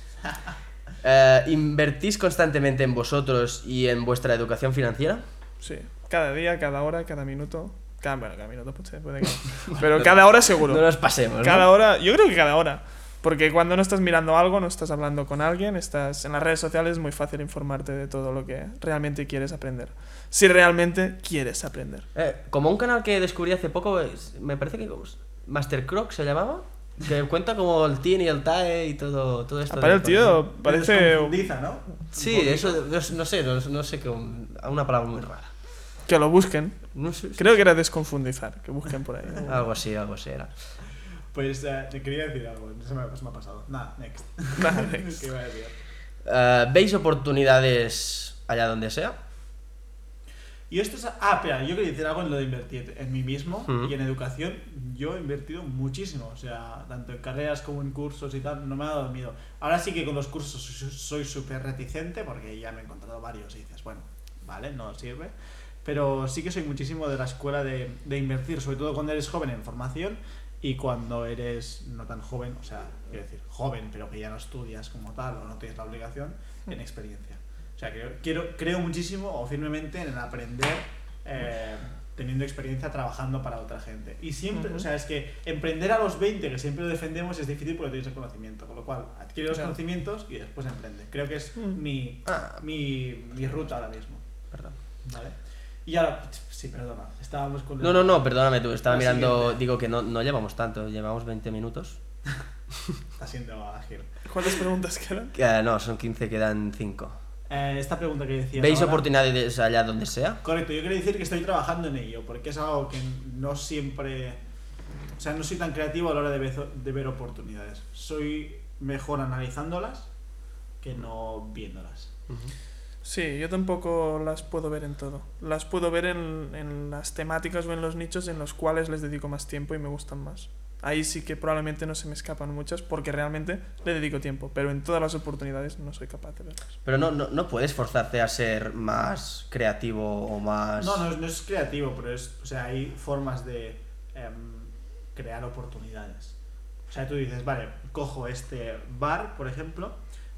[SPEAKER 3] Eh, ¿Invertís constantemente en vosotros y en vuestra educación financiera?
[SPEAKER 2] Sí, cada día, cada hora, cada minuto. Cada, bueno, cada minuto pues, se puede que no. Pero cada hora seguro.
[SPEAKER 3] No nos pasemos. ¿no?
[SPEAKER 2] Cada hora, yo creo que cada hora. Porque cuando no estás mirando algo, no estás hablando con alguien, estás en las redes sociales, es muy fácil informarte de todo lo que realmente quieres aprender. Si realmente quieres aprender.
[SPEAKER 3] Eh, como un canal que descubrí hace poco, es- me parece que como- Master Croc se llamaba, que cuenta como el TIN y el TAE y todo, todo esto.
[SPEAKER 2] Aparte
[SPEAKER 3] de-
[SPEAKER 2] Ah, el tío
[SPEAKER 1] Te
[SPEAKER 2] parece
[SPEAKER 1] desconfundiza, ¿no?
[SPEAKER 3] Sí, eso, no, no sé, no, no sé, que un- una palabra muy rara.
[SPEAKER 2] que lo busquen.
[SPEAKER 3] No sé,
[SPEAKER 2] Creo que era desconfundizar, que busquen por ahí.
[SPEAKER 3] Algo así, algo así era.
[SPEAKER 1] Pues eh, te quería decir algo, se me, se me ha pasado. Nada, next.
[SPEAKER 2] Nada, Ah, next.
[SPEAKER 1] ¿Qué iba a decir?
[SPEAKER 3] Eh, ¿Veis oportunidades allá donde sea?
[SPEAKER 1] Y esto es. Ah, espera, yo quería decir algo en lo de invertir en mí mismo
[SPEAKER 3] Mm.
[SPEAKER 1] y en educación. Yo he invertido muchísimo, o sea, tanto en carreras como en cursos y tal, no me ha dado miedo. Ahora sí que con los cursos soy- soy súper reticente porque ya me he encontrado varios y dices, bueno, vale, no sirve. Pero sí que soy muchísimo de la escuela de, de invertir, sobre todo cuando eres joven en formación y cuando eres no tan joven, o sea, quiero decir, joven, pero que ya no estudias como tal o no tienes la obligación, en experiencia. O sea, creo, quiero, creo muchísimo o firmemente en el aprender eh, teniendo experiencia trabajando para otra gente. Y siempre,
[SPEAKER 2] Ujú.
[SPEAKER 1] o sea, es que emprender a los 20, que siempre lo defendemos, es difícil porque tienes el conocimiento. Con lo cual, adquiere los
[SPEAKER 2] Claro.
[SPEAKER 1] conocimientos y después emprende. Creo que es
[SPEAKER 2] Mm.
[SPEAKER 1] mi,
[SPEAKER 3] Ah.
[SPEAKER 1] mi, mi ruta ahora mismo.
[SPEAKER 3] Perdón.
[SPEAKER 1] ¿Vale? Y ahora, sí, perdona, estábamos con...
[SPEAKER 3] No, no, no, perdóname tú, estaba
[SPEAKER 1] La
[SPEAKER 3] mirando,
[SPEAKER 1] siguiente.
[SPEAKER 3] digo que no, no llevamos tanto, llevamos 20 minutos.
[SPEAKER 1] Está siendo ágil.
[SPEAKER 2] ¿Cuántas preguntas quedan?
[SPEAKER 3] Que, eh, no, son 15, quedan 5.
[SPEAKER 1] Eh, esta pregunta que decía...
[SPEAKER 3] ¿Veis
[SPEAKER 1] ahora-
[SPEAKER 3] oportunidades allá donde sea?
[SPEAKER 1] Correcto, yo quiero decir que estoy trabajando en ello, porque es algo que no siempre... O sea, no soy tan creativo a la hora de ver, de ver oportunidades. Soy mejor analizándolas que no viéndolas.
[SPEAKER 2] Sí, yo tampoco las puedo ver en todo. Las puedo ver en, en las temáticas o en los nichos en los cuales les dedico más tiempo y me gustan más. Ahí sí que probablemente no se me escapan muchas porque realmente le dedico tiempo, pero en todas las oportunidades no soy capaz de verlas.
[SPEAKER 3] Pero no, no, no puedes forzarte a ser más creativo o más...
[SPEAKER 1] No, no, es- no es creativo, pero es... O sea, hay formas de em, crear oportunidades. O sea, tú dices, vale, cojo este bar, por ejemplo,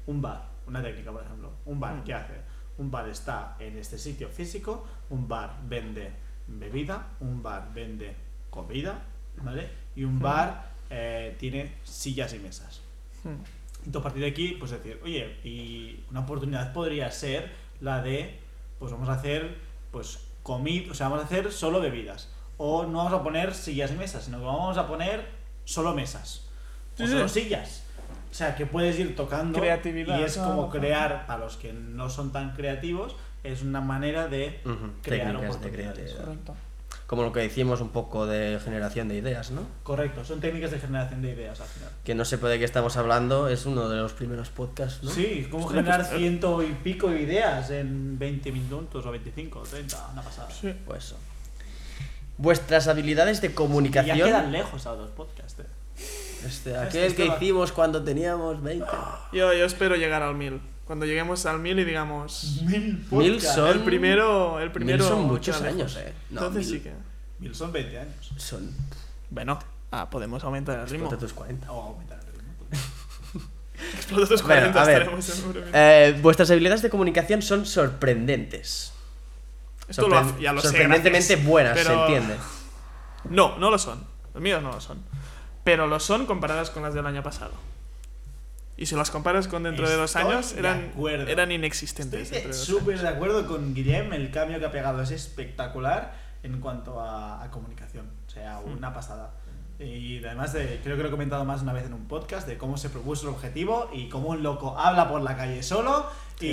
[SPEAKER 1] un bar, una técnica, por ejemplo. Un bar, ¿qué hace? Un bar está en este sitio físico, un bar vende bebida, un bar vende comida, ¿vale? Y un bar eh, tiene sillas y mesas.
[SPEAKER 2] Hmm.
[SPEAKER 1] Entonces, a partir de aquí, pues decir, oye, y una oportunidad podría ser la de, pues vamos a hacer, pues comida, o sea, vamos a hacer solo bebidas. O no vamos a poner sillas y mesas, sino que vamos a poner solo mesas. O
[SPEAKER 2] Sí,
[SPEAKER 1] solo
[SPEAKER 2] sí.
[SPEAKER 1] sillas. O sea, que puedes ir tocando.
[SPEAKER 2] Creatividad,
[SPEAKER 1] Y es
[SPEAKER 2] claro,
[SPEAKER 1] como
[SPEAKER 2] claro.
[SPEAKER 1] crear, para los que no son tan creativos, es una manera de
[SPEAKER 3] Ujú,
[SPEAKER 1] crear
[SPEAKER 3] técnicas de
[SPEAKER 1] oportunidades.
[SPEAKER 3] creatividad.
[SPEAKER 2] Correcto.
[SPEAKER 3] Como lo que decimos un poco de generación de ideas, ¿no?
[SPEAKER 1] Correcto, son técnicas de generación de ideas al final.
[SPEAKER 3] Que no sepa de qué estamos hablando, es uno de los primeros podcasts, ¿no?
[SPEAKER 1] Sí, como
[SPEAKER 2] Hostia,
[SPEAKER 1] generar
[SPEAKER 2] pues, eh.
[SPEAKER 1] ciento y pico de ideas en 20 minutos o 25 o 30, una pasada.
[SPEAKER 2] Sí.
[SPEAKER 3] Pues eso. Vuestras habilidades de comunicación...
[SPEAKER 1] Y ya quedan lejos a los podcasts. eh.
[SPEAKER 3] Este,
[SPEAKER 1] Este
[SPEAKER 3] aquel que
[SPEAKER 1] estaba-
[SPEAKER 3] hicimos cuando teníamos 20.
[SPEAKER 2] Yo, yo espero llegar al mil. Cuando lleguemos al mil y digamos...
[SPEAKER 1] Mil
[SPEAKER 3] Mil son...
[SPEAKER 2] El primero... El primero
[SPEAKER 3] mil son muchos
[SPEAKER 2] queda
[SPEAKER 3] años,
[SPEAKER 2] lejos.
[SPEAKER 3] eh. No,
[SPEAKER 2] Entonces
[SPEAKER 3] mil
[SPEAKER 2] sí que...
[SPEAKER 1] Mil son 20 años.
[SPEAKER 3] Son...
[SPEAKER 2] Bueno, ah, podemos aumentar el ritmo.
[SPEAKER 3] ponte tus 40.
[SPEAKER 1] O aumentar el ritmo.
[SPEAKER 2] Explota tus
[SPEAKER 3] Bueno,
[SPEAKER 2] 40,
[SPEAKER 3] a ver.
[SPEAKER 2] estaremos en un momento.
[SPEAKER 3] Eh, vuestras habilidades de comunicación son sorprendentes.
[SPEAKER 2] Esto lo
[SPEAKER 3] Sorpre-
[SPEAKER 2] hace- ya lo sé,
[SPEAKER 3] sorprendentemente
[SPEAKER 2] gracias.
[SPEAKER 3] buenas, se
[SPEAKER 2] Pero-
[SPEAKER 3] entiende.
[SPEAKER 2] No, no lo son. Los míos no lo son. Pero lo son comparadas con las del año pasado. Y si las comparas con dentro de dos
[SPEAKER 1] Estoy
[SPEAKER 2] años,
[SPEAKER 1] de
[SPEAKER 2] eran,
[SPEAKER 1] acuerdo.
[SPEAKER 2] eran inexistentes.
[SPEAKER 1] Estoy
[SPEAKER 2] dentro
[SPEAKER 1] de-
[SPEAKER 2] de dos
[SPEAKER 1] súper
[SPEAKER 2] años.
[SPEAKER 1] de acuerdo con Guillem, el cambio que ha pegado es espectacular en cuanto a, a comunicación. O sea, una pasada. Y además, de- creo que lo he comentado más una vez en un podcast de cómo se propuso el objetivo y cómo un loco habla por la calle solo y,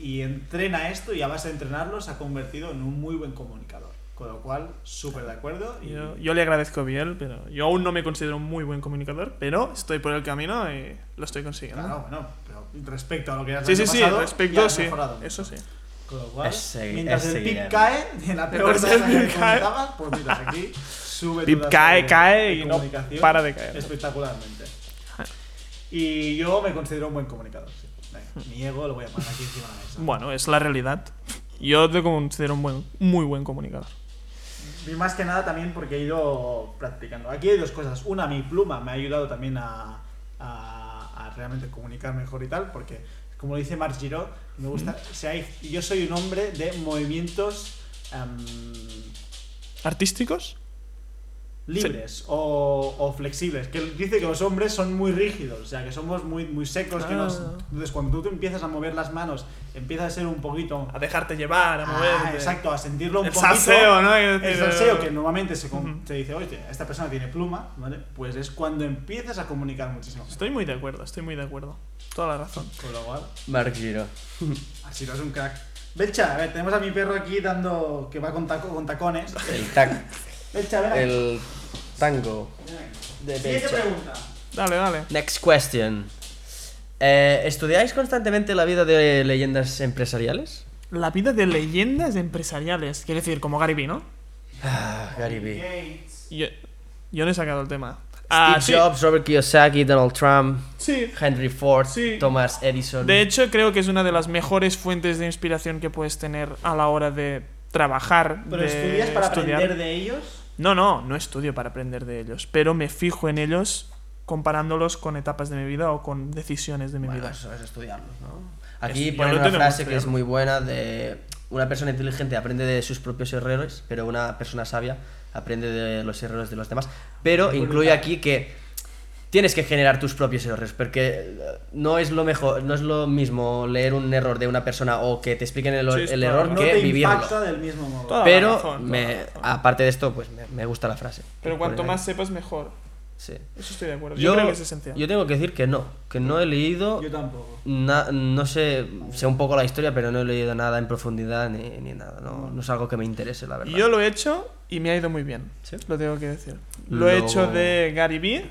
[SPEAKER 1] y entrena esto y a base de entrenarlo se ha convertido en un muy buen comunicador. Con lo cual, súper de acuerdo. Y,
[SPEAKER 2] Yo, yo le agradezco bien, pero yo aún no me considero un muy buen comunicador, pero estoy por el camino y lo estoy consiguiendo.
[SPEAKER 1] Claro, bueno, pero respecto a lo que has
[SPEAKER 2] sí, sí, sí,
[SPEAKER 1] pasado, ya
[SPEAKER 2] respecto,
[SPEAKER 1] has
[SPEAKER 2] sí.
[SPEAKER 1] mejorado mucho.
[SPEAKER 2] Eso sí.
[SPEAKER 1] Con lo cual,
[SPEAKER 3] Es seguir-
[SPEAKER 1] mientras
[SPEAKER 3] es
[SPEAKER 1] el
[SPEAKER 3] seguir,
[SPEAKER 1] PIB
[SPEAKER 3] ¿no?
[SPEAKER 1] cae, de la peor
[SPEAKER 2] Mientras
[SPEAKER 1] tasa
[SPEAKER 2] el
[SPEAKER 1] que
[SPEAKER 2] PIB cae.
[SPEAKER 1] comentabas, pues miras aquí, sube
[SPEAKER 2] PIB
[SPEAKER 1] tu tasa
[SPEAKER 2] cae,
[SPEAKER 1] de-
[SPEAKER 2] cae
[SPEAKER 1] de
[SPEAKER 2] y no
[SPEAKER 1] comunicación
[SPEAKER 2] para de caer. Ah.
[SPEAKER 1] Espectacularmente. Y yo me considero un buen comunicador. sí. Venga, mi ego lo voy a poner aquí encima de la mesa.
[SPEAKER 2] Hmm. Bueno, es la realidad. Yo te considero un buen, muy buen comunicador.
[SPEAKER 1] Y más que nada también porque he ido practicando. Aquí hay dos cosas. Una, mi pluma me ha ayudado también a, a- a realmente comunicar mejor y tal, porque como dice Marc Giro, me gusta.
[SPEAKER 2] Hmm.
[SPEAKER 1] o sea, hay- yo soy un hombre de movimientos em,
[SPEAKER 2] ¿Artísticos?
[SPEAKER 1] libres o, o flexibles. Que dice que los hombres son muy rígidos, o sea, que somos muy, muy secos. Que nos,
[SPEAKER 2] Ah.
[SPEAKER 1] entonces, cuando tú te empiezas a mover las manos, empiezas a ser un poquito.
[SPEAKER 2] A dejarte llevar, a
[SPEAKER 1] Ah,
[SPEAKER 2] moverte.
[SPEAKER 1] exacto, a sentirlo un
[SPEAKER 2] El
[SPEAKER 1] poquito.
[SPEAKER 2] salseo, ¿no? Hay que
[SPEAKER 1] El
[SPEAKER 2] decir,
[SPEAKER 1] salseo
[SPEAKER 2] eh,
[SPEAKER 1] que normalmente se, con-
[SPEAKER 2] Ujú.
[SPEAKER 1] se dice, oye, esta persona tiene pluma, ¿vale? Pues es cuando empiezas a comunicar muchísimo.
[SPEAKER 2] Estoy muy de acuerdo, estoy muy de acuerdo. Toda la razón.
[SPEAKER 1] Con lo cual,
[SPEAKER 3] Mark Giro.
[SPEAKER 1] así no es un crack. Belcha, a ver, tenemos a mi perro aquí dando. que va con, taco- con tacones.
[SPEAKER 3] El, tac,
[SPEAKER 1] Belcha, ven aquí.
[SPEAKER 3] el tango
[SPEAKER 1] Ven aquí.
[SPEAKER 3] de
[SPEAKER 1] Siguiente
[SPEAKER 3] Becha.
[SPEAKER 1] pregunta.
[SPEAKER 2] Dale, dale.
[SPEAKER 3] Next question. Eh, ¿Estudiáis constantemente la vida de leyendas empresariales?
[SPEAKER 2] La vida de leyendas empresariales. Quiere decir, como Gary Vee, ¿no?
[SPEAKER 3] Ah, Gary Vee.
[SPEAKER 1] Gates.
[SPEAKER 2] Yo, yo no he sacado el tema. Steve
[SPEAKER 3] Steve Jobs, Robert Kiyosaki, Donald Trump,
[SPEAKER 2] Sí.
[SPEAKER 3] Henry Ford,
[SPEAKER 2] Sí.
[SPEAKER 3] Thomas Edison.
[SPEAKER 2] De hecho, creo que es una de las mejores fuentes de inspiración que puedes tener a la hora de trabajar.
[SPEAKER 1] Pero
[SPEAKER 2] de
[SPEAKER 1] estudias para
[SPEAKER 2] estudiar.
[SPEAKER 1] aprender de ellos.
[SPEAKER 2] No, no, no estudio para aprender de ellos, pero me fijo en ellos comparándolos con etapas de mi vida o con decisiones de mi
[SPEAKER 3] Bueno,
[SPEAKER 2] vida.
[SPEAKER 3] eso es estudiarlo, ¿no? Aquí
[SPEAKER 2] Es- ya
[SPEAKER 3] ponen
[SPEAKER 2] lo
[SPEAKER 3] una
[SPEAKER 2] tenemos
[SPEAKER 3] frase que
[SPEAKER 2] claro.
[SPEAKER 3] es muy buena de una persona inteligente aprende de sus propios errores, pero una persona sabia aprende de los errores de los demás. Pero incluye aquí que tienes que generar tus propios errores, porque eh, no es lo mejor, no es lo mismo leer un error de una persona o que te expliquen el,
[SPEAKER 2] Sí,
[SPEAKER 3] el
[SPEAKER 2] claro,
[SPEAKER 3] error
[SPEAKER 1] No
[SPEAKER 3] que
[SPEAKER 1] te
[SPEAKER 3] vivirlo.
[SPEAKER 1] impacta del mismo modo.
[SPEAKER 2] Toda la
[SPEAKER 3] Pero
[SPEAKER 2] razón, toda la
[SPEAKER 3] me-
[SPEAKER 2] razón.
[SPEAKER 3] aparte de esto, pues me, me gusta la frase.
[SPEAKER 2] Pero cuanto
[SPEAKER 3] Por ahí.
[SPEAKER 2] más sepas, mejor.
[SPEAKER 3] Sí.
[SPEAKER 2] Eso estoy de acuerdo. Yo, creo que es esencial.
[SPEAKER 3] yo tengo que decir que no, que no he leído
[SPEAKER 1] Yo tampoco.
[SPEAKER 3] Na- no sé, sé un poco la historia, pero no he leído nada en profundidad ni, ni nada. No, no es algo que me interese, la verdad.
[SPEAKER 2] Yo lo he hecho y me ha ido muy bien.
[SPEAKER 3] ¿Sí?
[SPEAKER 2] Lo tengo que decir. Lo he
[SPEAKER 3] Lo-
[SPEAKER 2] hecho de Gary Vee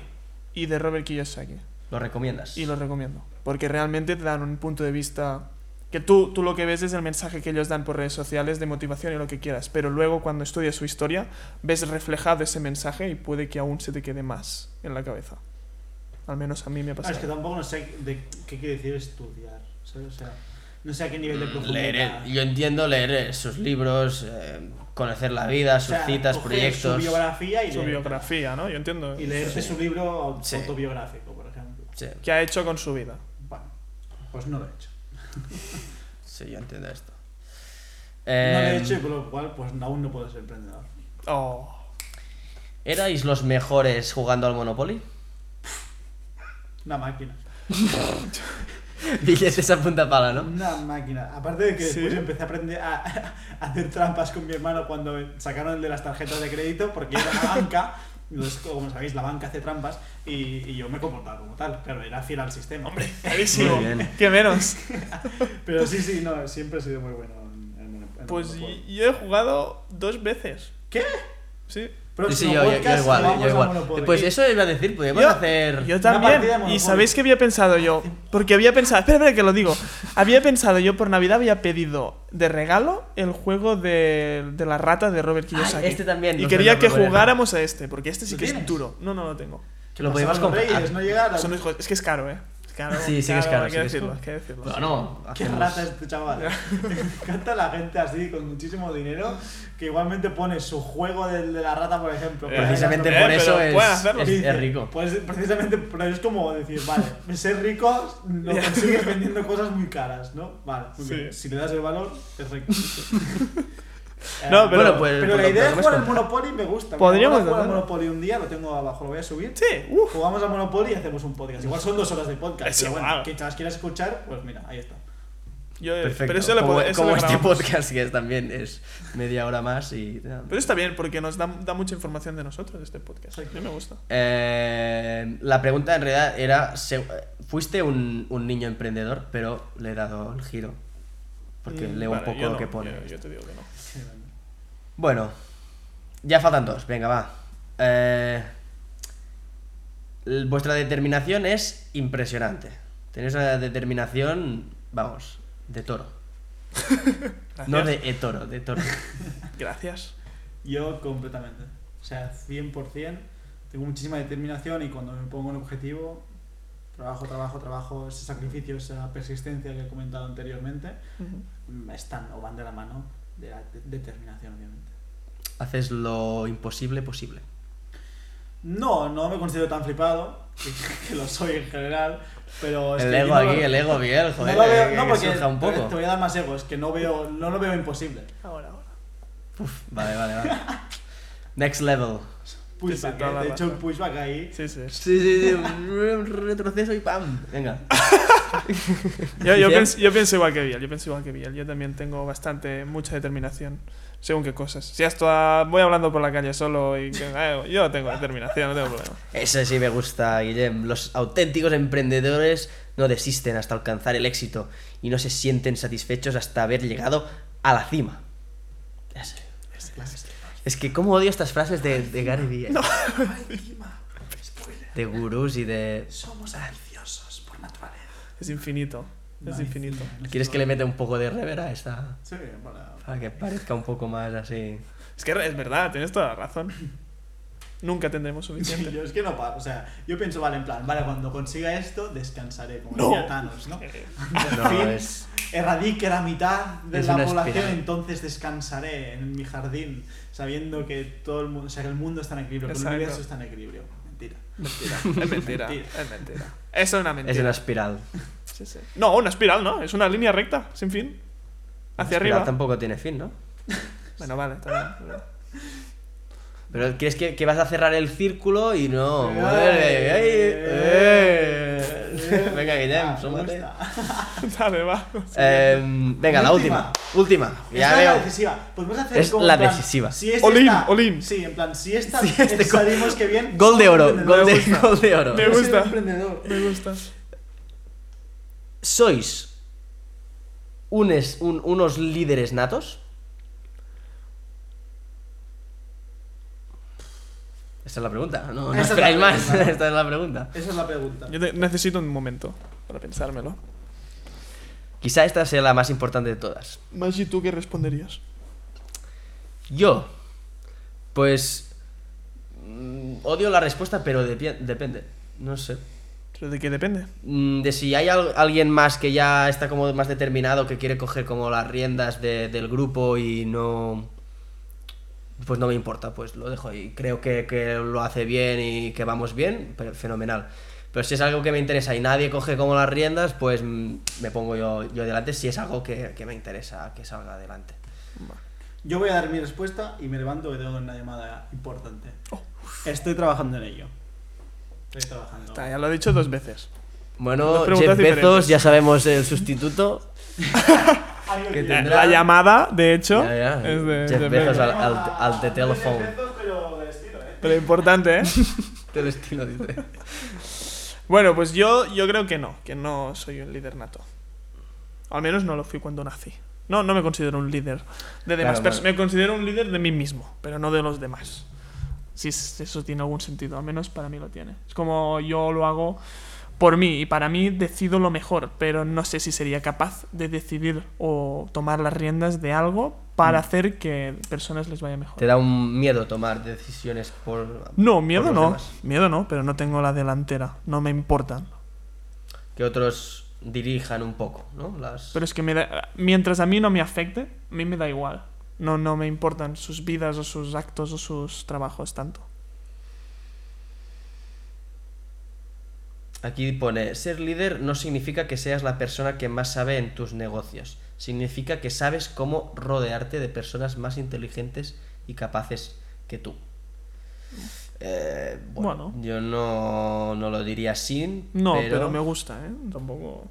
[SPEAKER 2] y de Robert Kiyosaki.
[SPEAKER 3] ¿Lo recomiendas?
[SPEAKER 2] Y lo recomiendo. Porque realmente te dan un punto de vista. Que tú, tú lo que ves es el mensaje que ellos dan por redes sociales de motivación y lo que quieras. Pero luego, cuando estudias su historia, ves reflejado ese mensaje y puede que aún se te quede más en la cabeza. Al menos a mí me ha
[SPEAKER 1] Ah, es que
[SPEAKER 2] pasado.
[SPEAKER 1] tampoco no sé de qué quiere decir estudiar. ¿sabes? O sea, no sé a qué nivel de
[SPEAKER 3] Mm, Leer,
[SPEAKER 1] profundidad.
[SPEAKER 3] el- yo entiendo leer eh, sus libros, eh, conocer la vida,
[SPEAKER 1] O
[SPEAKER 3] sus
[SPEAKER 1] sea,
[SPEAKER 3] citas,
[SPEAKER 1] coger Su
[SPEAKER 3] proyectos.
[SPEAKER 1] biografía y,
[SPEAKER 2] Su
[SPEAKER 1] leer-
[SPEAKER 2] biografía, ¿no? Yo entiendo.
[SPEAKER 1] y leerte
[SPEAKER 3] Sí.
[SPEAKER 1] su libro au-
[SPEAKER 3] Sí.
[SPEAKER 1] autobiográfico, por ejemplo.
[SPEAKER 3] Sí,
[SPEAKER 2] ¿Qué ha hecho con su vida?
[SPEAKER 1] Bueno, pues no lo he hecho.
[SPEAKER 3] sí, yo entiendo esto.
[SPEAKER 1] No lo he
[SPEAKER 3] Eh,
[SPEAKER 1] hecho y con lo cual, pues aún no puedo ser emprendedor.
[SPEAKER 2] Oh.
[SPEAKER 3] ¿Erais los mejores jugando al Monopoly?
[SPEAKER 1] Una máquina.
[SPEAKER 3] Billetes a punta pala, ¿no?
[SPEAKER 1] Una máquina. Aparte de que
[SPEAKER 2] Sí.
[SPEAKER 1] después empecé a aprender a, a hacer trampas con mi hermano cuando sacaron el de las tarjetas de crédito, porque era la banca. Entonces, como sabéis, la banca hace trampas y, y yo me comportaba como tal. Claro, era fiel al sistema. Hombre,
[SPEAKER 2] Clarísimo.
[SPEAKER 3] Muy bien.
[SPEAKER 2] ¿Qué menos?
[SPEAKER 1] Pero sí, sí, no, siempre he sido muy bueno en, en- en
[SPEAKER 2] Pues
[SPEAKER 1] Monopoly.
[SPEAKER 2] yo he jugado dos veces.
[SPEAKER 1] ¿Qué?
[SPEAKER 2] Sí.
[SPEAKER 1] Próximo
[SPEAKER 3] Sí, sí, yo, yo- yo
[SPEAKER 1] podcast,
[SPEAKER 3] igual,
[SPEAKER 1] vamos
[SPEAKER 3] yo
[SPEAKER 1] a
[SPEAKER 3] igual.
[SPEAKER 1] Monopoly.
[SPEAKER 3] Pues eso iba a decir, podemos
[SPEAKER 2] Yo-
[SPEAKER 3] hacer...
[SPEAKER 1] partida
[SPEAKER 2] Yo
[SPEAKER 1] de
[SPEAKER 2] también.
[SPEAKER 1] Monopoly.
[SPEAKER 2] ¿Y sabéis qué había pensado yo? Porque había pensado. Espera, espera, que lo digo. Había pensado yo por Navidad, había pedido de regalo el juego de, de la rata de Robert Kiyosaki.
[SPEAKER 3] Ah, este también
[SPEAKER 2] Y
[SPEAKER 3] nos
[SPEAKER 2] quería
[SPEAKER 3] lo
[SPEAKER 2] que
[SPEAKER 3] proponen.
[SPEAKER 2] jugáramos a este, porque este sí
[SPEAKER 1] ¿Lo
[SPEAKER 2] que es
[SPEAKER 1] tienes?
[SPEAKER 2] duro. No, no lo tengo.
[SPEAKER 1] ¿Qué
[SPEAKER 3] Lo
[SPEAKER 1] pasa
[SPEAKER 3] podíamos
[SPEAKER 1] con los
[SPEAKER 3] comprar.
[SPEAKER 1] Reyes? no llegaron.
[SPEAKER 2] Son los juegos- Es que es caro, ¿eh? Es caro.
[SPEAKER 3] Sí, sí que es caro,
[SPEAKER 2] Hay
[SPEAKER 3] sí
[SPEAKER 2] que
[SPEAKER 3] que es
[SPEAKER 2] decirlo,
[SPEAKER 3] caro.
[SPEAKER 2] hay que decirlo.
[SPEAKER 3] Ah, Bueno, no,
[SPEAKER 1] Qué
[SPEAKER 3] hacemos-
[SPEAKER 1] rata este chaval. Me encanta la gente así, con muchísimo dinero, que igualmente pone su juego del de la rata, por ejemplo.
[SPEAKER 2] Eh,
[SPEAKER 3] Precisamente
[SPEAKER 2] Eh,
[SPEAKER 3] por
[SPEAKER 2] pero
[SPEAKER 3] eso
[SPEAKER 2] pueden
[SPEAKER 3] es,
[SPEAKER 2] hacerlo.
[SPEAKER 3] es-
[SPEAKER 1] Dice,
[SPEAKER 3] es rico.
[SPEAKER 1] Pues precisamente, pero es como decir, vale, ser rico lo consigues vendiendo cosas muy caras, ¿no? Vale, muy
[SPEAKER 2] Sí.
[SPEAKER 1] bien. si le das el valor, es rico. Eh,
[SPEAKER 2] No, pero-
[SPEAKER 3] Bueno, pues-
[SPEAKER 1] pero
[SPEAKER 3] pues
[SPEAKER 1] la
[SPEAKER 3] lo
[SPEAKER 1] idea de
[SPEAKER 3] podemos
[SPEAKER 1] jugar al
[SPEAKER 3] comprar.
[SPEAKER 1] Monopoly me gusta. Mira,
[SPEAKER 2] Podríamos
[SPEAKER 1] vamos a jugar al
[SPEAKER 2] hacerlo.
[SPEAKER 1] Monopoly un día, lo tengo abajo, lo voy a subir.
[SPEAKER 2] Sí, uff.
[SPEAKER 1] Jugamos a Monopoly y hacemos un podcast. Igual son dos horas de podcast.
[SPEAKER 2] Es
[SPEAKER 1] pero
[SPEAKER 2] igual.
[SPEAKER 1] bueno, que las quieras escuchar, pues mira, ahí está.
[SPEAKER 2] Yo,
[SPEAKER 3] Perfecto.
[SPEAKER 2] Pero eso lo
[SPEAKER 3] como
[SPEAKER 2] pod- eso
[SPEAKER 3] como
[SPEAKER 2] lo
[SPEAKER 3] este
[SPEAKER 2] grabamos.
[SPEAKER 3] podcast que es también es media hora más y...
[SPEAKER 2] Pero está bien, porque nos da, da mucha información de nosotros este podcast.
[SPEAKER 1] Exacto.
[SPEAKER 2] A mí me gusta.
[SPEAKER 3] Eh, la pregunta en realidad era, se- fuiste un, un niño emprendedor, pero le he dado el giro. Porque
[SPEAKER 2] Mm,
[SPEAKER 3] leo
[SPEAKER 2] vale,
[SPEAKER 3] un poco
[SPEAKER 2] yo
[SPEAKER 3] lo
[SPEAKER 2] no,
[SPEAKER 3] que pone.
[SPEAKER 2] Yo, yo te digo que no.
[SPEAKER 3] Bueno, ya faltan dos, venga, va. Eh, l- vuestra determinación es impresionante. Tenéis una determinación, vamos, de toro.
[SPEAKER 2] Gracias.
[SPEAKER 3] No de e toro, de toro.
[SPEAKER 2] Gracias.
[SPEAKER 1] Yo completamente. O sea, 100%. Tengo muchísima determinación y cuando me pongo un objetivo, trabajo, trabajo, trabajo, ese sacrificio, esa persistencia que he comentado anteriormente,
[SPEAKER 2] Ujú.
[SPEAKER 1] mm, están o van de la mano de la de- determinación, obviamente.
[SPEAKER 3] Haces lo imposible posible.
[SPEAKER 1] No, no me considero tan flipado, que, que lo soy en general, pero... es
[SPEAKER 3] el
[SPEAKER 1] que
[SPEAKER 3] ego
[SPEAKER 1] yo no lo-
[SPEAKER 3] aquí, el ego, Miguel, joder.
[SPEAKER 1] no lo veo,
[SPEAKER 3] que-
[SPEAKER 1] no,
[SPEAKER 3] que
[SPEAKER 1] porque
[SPEAKER 3] surja un poco.
[SPEAKER 1] te voy a dar más ego, es que no, veo, no lo veo imposible.
[SPEAKER 2] Ahora, ahora.
[SPEAKER 3] Vale, vale, vale. Next level.
[SPEAKER 1] Pushback,
[SPEAKER 2] toda la
[SPEAKER 1] eh, de hecho, el
[SPEAKER 2] razón.
[SPEAKER 1] pushback ahí
[SPEAKER 2] Sí, sí.
[SPEAKER 3] Sí, sí, sí. Un retroceso y ¡pam! Venga.
[SPEAKER 2] Yo, yo,
[SPEAKER 3] Bien.
[SPEAKER 2] pienso, yo pienso igual que Biel, yo pienso igual que Biel. Yo también tengo bastante, mucha determinación, según qué cosas. Si hasta voy hablando por la calle solo y que- eh, yo tengo determinación, no tengo problema.
[SPEAKER 3] Ese sí me gusta, Guillem. Los auténticos emprendedores no desisten hasta alcanzar el éxito y no se sienten satisfechos hasta haber llegado a la cima. Ese. Es que cómo odio estas frases de, de Gary Vee. eh. De gurús y de...
[SPEAKER 1] somos ambiciosos por naturaleza.
[SPEAKER 2] Es infinito, es
[SPEAKER 1] Nice.
[SPEAKER 2] infinito.
[SPEAKER 3] ¿Quieres que le meta Ah, un poco de reverb a esta?
[SPEAKER 1] Sí, para...
[SPEAKER 3] Para que parezca un poco más así...
[SPEAKER 2] Es que es verdad, tienes toda la razón. Nunca tendremos
[SPEAKER 1] Sí,
[SPEAKER 2] suficiente.
[SPEAKER 1] yo es que no paro, o sea, yo pienso, vale, en plan, vale, cuando consiga esto, descansaré, como
[SPEAKER 2] No.
[SPEAKER 1] decía Thanos, ¿no?
[SPEAKER 2] Eh,
[SPEAKER 1] Al
[SPEAKER 3] No,
[SPEAKER 1] fin,
[SPEAKER 3] es-
[SPEAKER 1] erradique la mitad de
[SPEAKER 3] es
[SPEAKER 1] la
[SPEAKER 3] una
[SPEAKER 1] población,
[SPEAKER 3] espiral.
[SPEAKER 1] entonces descansaré en mi jardín, sabiendo que todo el mundo, o sea, que el mundo está en equilibrio, que
[SPEAKER 2] Exacto.
[SPEAKER 1] el universo está en equilibrio. Mentira.
[SPEAKER 2] mentira, es mentira,
[SPEAKER 1] Mentira.
[SPEAKER 2] es mentira. Es una mentira.
[SPEAKER 3] Es una espiral.
[SPEAKER 2] Sí, sí. No, una espiral, ¿no? Es una línea recta, sin fin. Hacia
[SPEAKER 3] Espiral
[SPEAKER 2] arriba.
[SPEAKER 3] tampoco tiene fin, ¿no?
[SPEAKER 2] Bueno, vale, también.
[SPEAKER 3] Pero crees que, que vas a cerrar el círculo y no.
[SPEAKER 1] Ay,
[SPEAKER 3] Vuelve, ay,
[SPEAKER 1] eh,
[SPEAKER 3] eh. Venga, Guillem,
[SPEAKER 1] Ah, me
[SPEAKER 3] súmate.
[SPEAKER 1] gusta.
[SPEAKER 2] Dale, va.
[SPEAKER 3] Em, venga, la última.
[SPEAKER 1] Última.
[SPEAKER 3] Última. Ya
[SPEAKER 1] Esa es la
[SPEAKER 3] veo.
[SPEAKER 1] decisiva. Pues vamos a hacer
[SPEAKER 3] Es
[SPEAKER 1] como en
[SPEAKER 3] la
[SPEAKER 1] plan,
[SPEAKER 3] decisiva.
[SPEAKER 1] Si esta
[SPEAKER 2] All in,
[SPEAKER 1] está-
[SPEAKER 2] all in.
[SPEAKER 1] Sí, en plan, si esta
[SPEAKER 3] Si este co-
[SPEAKER 1] salimos que bien.
[SPEAKER 3] Gol de oro,
[SPEAKER 1] soy
[SPEAKER 3] gol de,
[SPEAKER 1] emprendedor.
[SPEAKER 3] gol de oro.
[SPEAKER 2] Me
[SPEAKER 1] Yo soy un
[SPEAKER 2] gusta.
[SPEAKER 1] emprendedor.
[SPEAKER 2] Me gusta.
[SPEAKER 3] ¿Sois unes- un- unos líderes natos? Esta es la pregunta. No, no
[SPEAKER 1] Esa es la
[SPEAKER 3] esperáis más.
[SPEAKER 1] pregunta.
[SPEAKER 3] Esta es la pregunta.
[SPEAKER 1] Esa es la pregunta.
[SPEAKER 2] Yo te- necesito un momento para pensármelo.
[SPEAKER 3] Quizá esta sea la más importante de todas.
[SPEAKER 2] Maggi, ¿tú qué responderías?
[SPEAKER 3] Yo, pues. mm, Odio la respuesta, pero depi- depende. No sé.
[SPEAKER 2] Pero de qué depende.
[SPEAKER 3] Mm, De si hay al- alguien más que ya está como más determinado, que quiere coger como las riendas de- del grupo y no. Pues no me importa, pues lo dejo ahí. Creo que, que lo hace bien y que vamos bien, pero fenomenal. Pero si es algo que me interesa y nadie coge como las riendas, pues mm, me pongo yo, yo delante si es algo que, que me interesa que salga adelante.
[SPEAKER 1] Yo voy a dar mi respuesta y me levanto que tengo una llamada importante.
[SPEAKER 2] Oh.
[SPEAKER 1] Estoy trabajando en ello. Estoy trabajando.
[SPEAKER 2] Está, Ah, ya lo he dicho dos veces.
[SPEAKER 3] Bueno,
[SPEAKER 2] Dos
[SPEAKER 3] Jeff
[SPEAKER 2] preguntas
[SPEAKER 3] Bezos,
[SPEAKER 2] diferentes.
[SPEAKER 3] ya sabemos el sustituto.
[SPEAKER 1] Ay, Dios
[SPEAKER 3] que
[SPEAKER 1] mío.
[SPEAKER 3] te-
[SPEAKER 2] La llamada, de hecho,
[SPEAKER 3] Ya, ya,
[SPEAKER 2] es de,
[SPEAKER 3] Jeff
[SPEAKER 2] de
[SPEAKER 3] Bezos
[SPEAKER 2] Bezos.
[SPEAKER 3] al- al- al de telephone.
[SPEAKER 1] Pero de estilo, ¿eh?
[SPEAKER 2] Pero importante, ¿eh?
[SPEAKER 3] Del estilo, dice.
[SPEAKER 2] Bueno, pues yo, yo creo que no, que no soy un líder nato. Al menos no lo fui cuando nací. No, no me considero un líder de demás.
[SPEAKER 3] Claro,
[SPEAKER 2] pers-
[SPEAKER 3] vale.
[SPEAKER 2] Me considero un líder de mí mismo, pero no de los demás. Si es- eso tiene algún sentido, al menos para mí lo tiene. Es como yo lo hago por mí y para mí decido lo mejor, pero no sé si sería capaz de decidir o tomar las riendas de algo para hacer que personas les vaya mejor.
[SPEAKER 3] Mm. Te da un miedo tomar decisiones por.
[SPEAKER 2] No,
[SPEAKER 3] por
[SPEAKER 2] miedo
[SPEAKER 3] los
[SPEAKER 2] no,
[SPEAKER 3] demás.
[SPEAKER 2] miedo no, pero no tengo la delantera, no me importan.
[SPEAKER 3] Que otros dirijan un poco, ¿no? Las...
[SPEAKER 2] Pero es que me da- mientras a mí no me afecte, a mí me da igual. No, no me importan sus vidas o sus actos o sus trabajos tanto.
[SPEAKER 3] Aquí pone: ser líder no significa que seas la persona que más sabe en tus negocios. Significa que sabes cómo rodearte de personas más inteligentes y capaces que tú. Eh, bueno,
[SPEAKER 2] Bueno.
[SPEAKER 3] yo no, no lo diría sin.
[SPEAKER 2] No, pero, me gusta, ¿eh? Tampoco...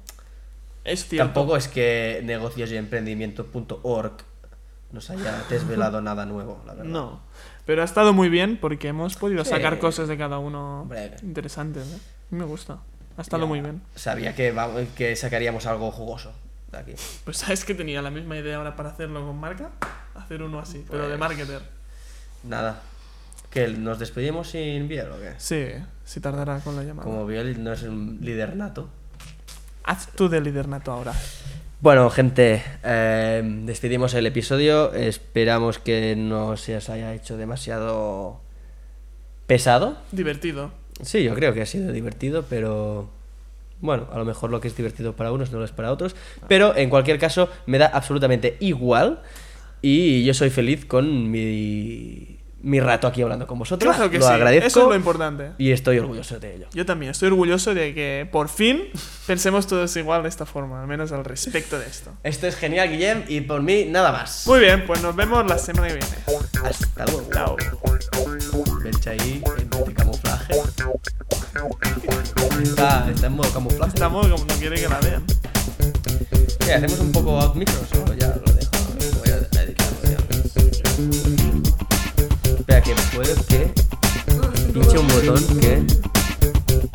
[SPEAKER 2] Es cierto.
[SPEAKER 3] Tampoco es que negocios y emprendimiento.org nos haya desvelado nada nuevo, la verdad.
[SPEAKER 2] No. Pero ha estado muy bien porque hemos podido
[SPEAKER 3] Sí.
[SPEAKER 2] sacar cosas de cada uno
[SPEAKER 3] Hombre.
[SPEAKER 2] interesantes, ¿eh? Me gusta. Ha estado
[SPEAKER 3] Ya
[SPEAKER 2] muy bien.
[SPEAKER 3] Sabía que, va- que sacaríamos algo jugoso de aquí.
[SPEAKER 2] Pues sabes que tenía la misma idea ahora para hacerlo con marca. Hacer uno así, pero de
[SPEAKER 3] Pues-
[SPEAKER 2] marketer.
[SPEAKER 3] Nada. ¿Que nos despedimos sin Biel o qué?
[SPEAKER 2] Sí, sí tardará con la llamada.
[SPEAKER 3] Como Biel no es un líder nato.
[SPEAKER 2] Haz tú de líder nato ahora.
[SPEAKER 3] Bueno, gente, eh, despedimos el episodio. Esperamos que no se os haya hecho demasiado pesado.
[SPEAKER 2] Divertido.
[SPEAKER 3] Sí, yo creo que ha sido divertido, pero bueno, a lo mejor lo que es divertido para unos no lo es para otros. Pero en cualquier caso, me da absolutamente igual y yo soy feliz con mi, mi rato aquí hablando con vosotros.
[SPEAKER 2] Claro que
[SPEAKER 3] lo
[SPEAKER 2] sí.
[SPEAKER 3] agradezco
[SPEAKER 2] Eso es lo importante.
[SPEAKER 3] y estoy orgulloso de ello.
[SPEAKER 2] Yo también estoy orgulloso de que por fin pensemos todos igual de esta forma, al menos al respecto de esto.
[SPEAKER 3] Esto es genial, Guillem, y por mí nada más.
[SPEAKER 2] Muy bien, pues nos vemos la semana que viene.
[SPEAKER 3] Hasta luego.
[SPEAKER 2] Chao.
[SPEAKER 3] Merche ahí en de camuflaje. Está, está en modo camuflaje.
[SPEAKER 2] Estamos como no quiere que la vean.
[SPEAKER 3] Sí, hacemos un poco out micro, solo ya lo dejo. Voy a editarlo ya. Espera, que puede que pinche un botón que.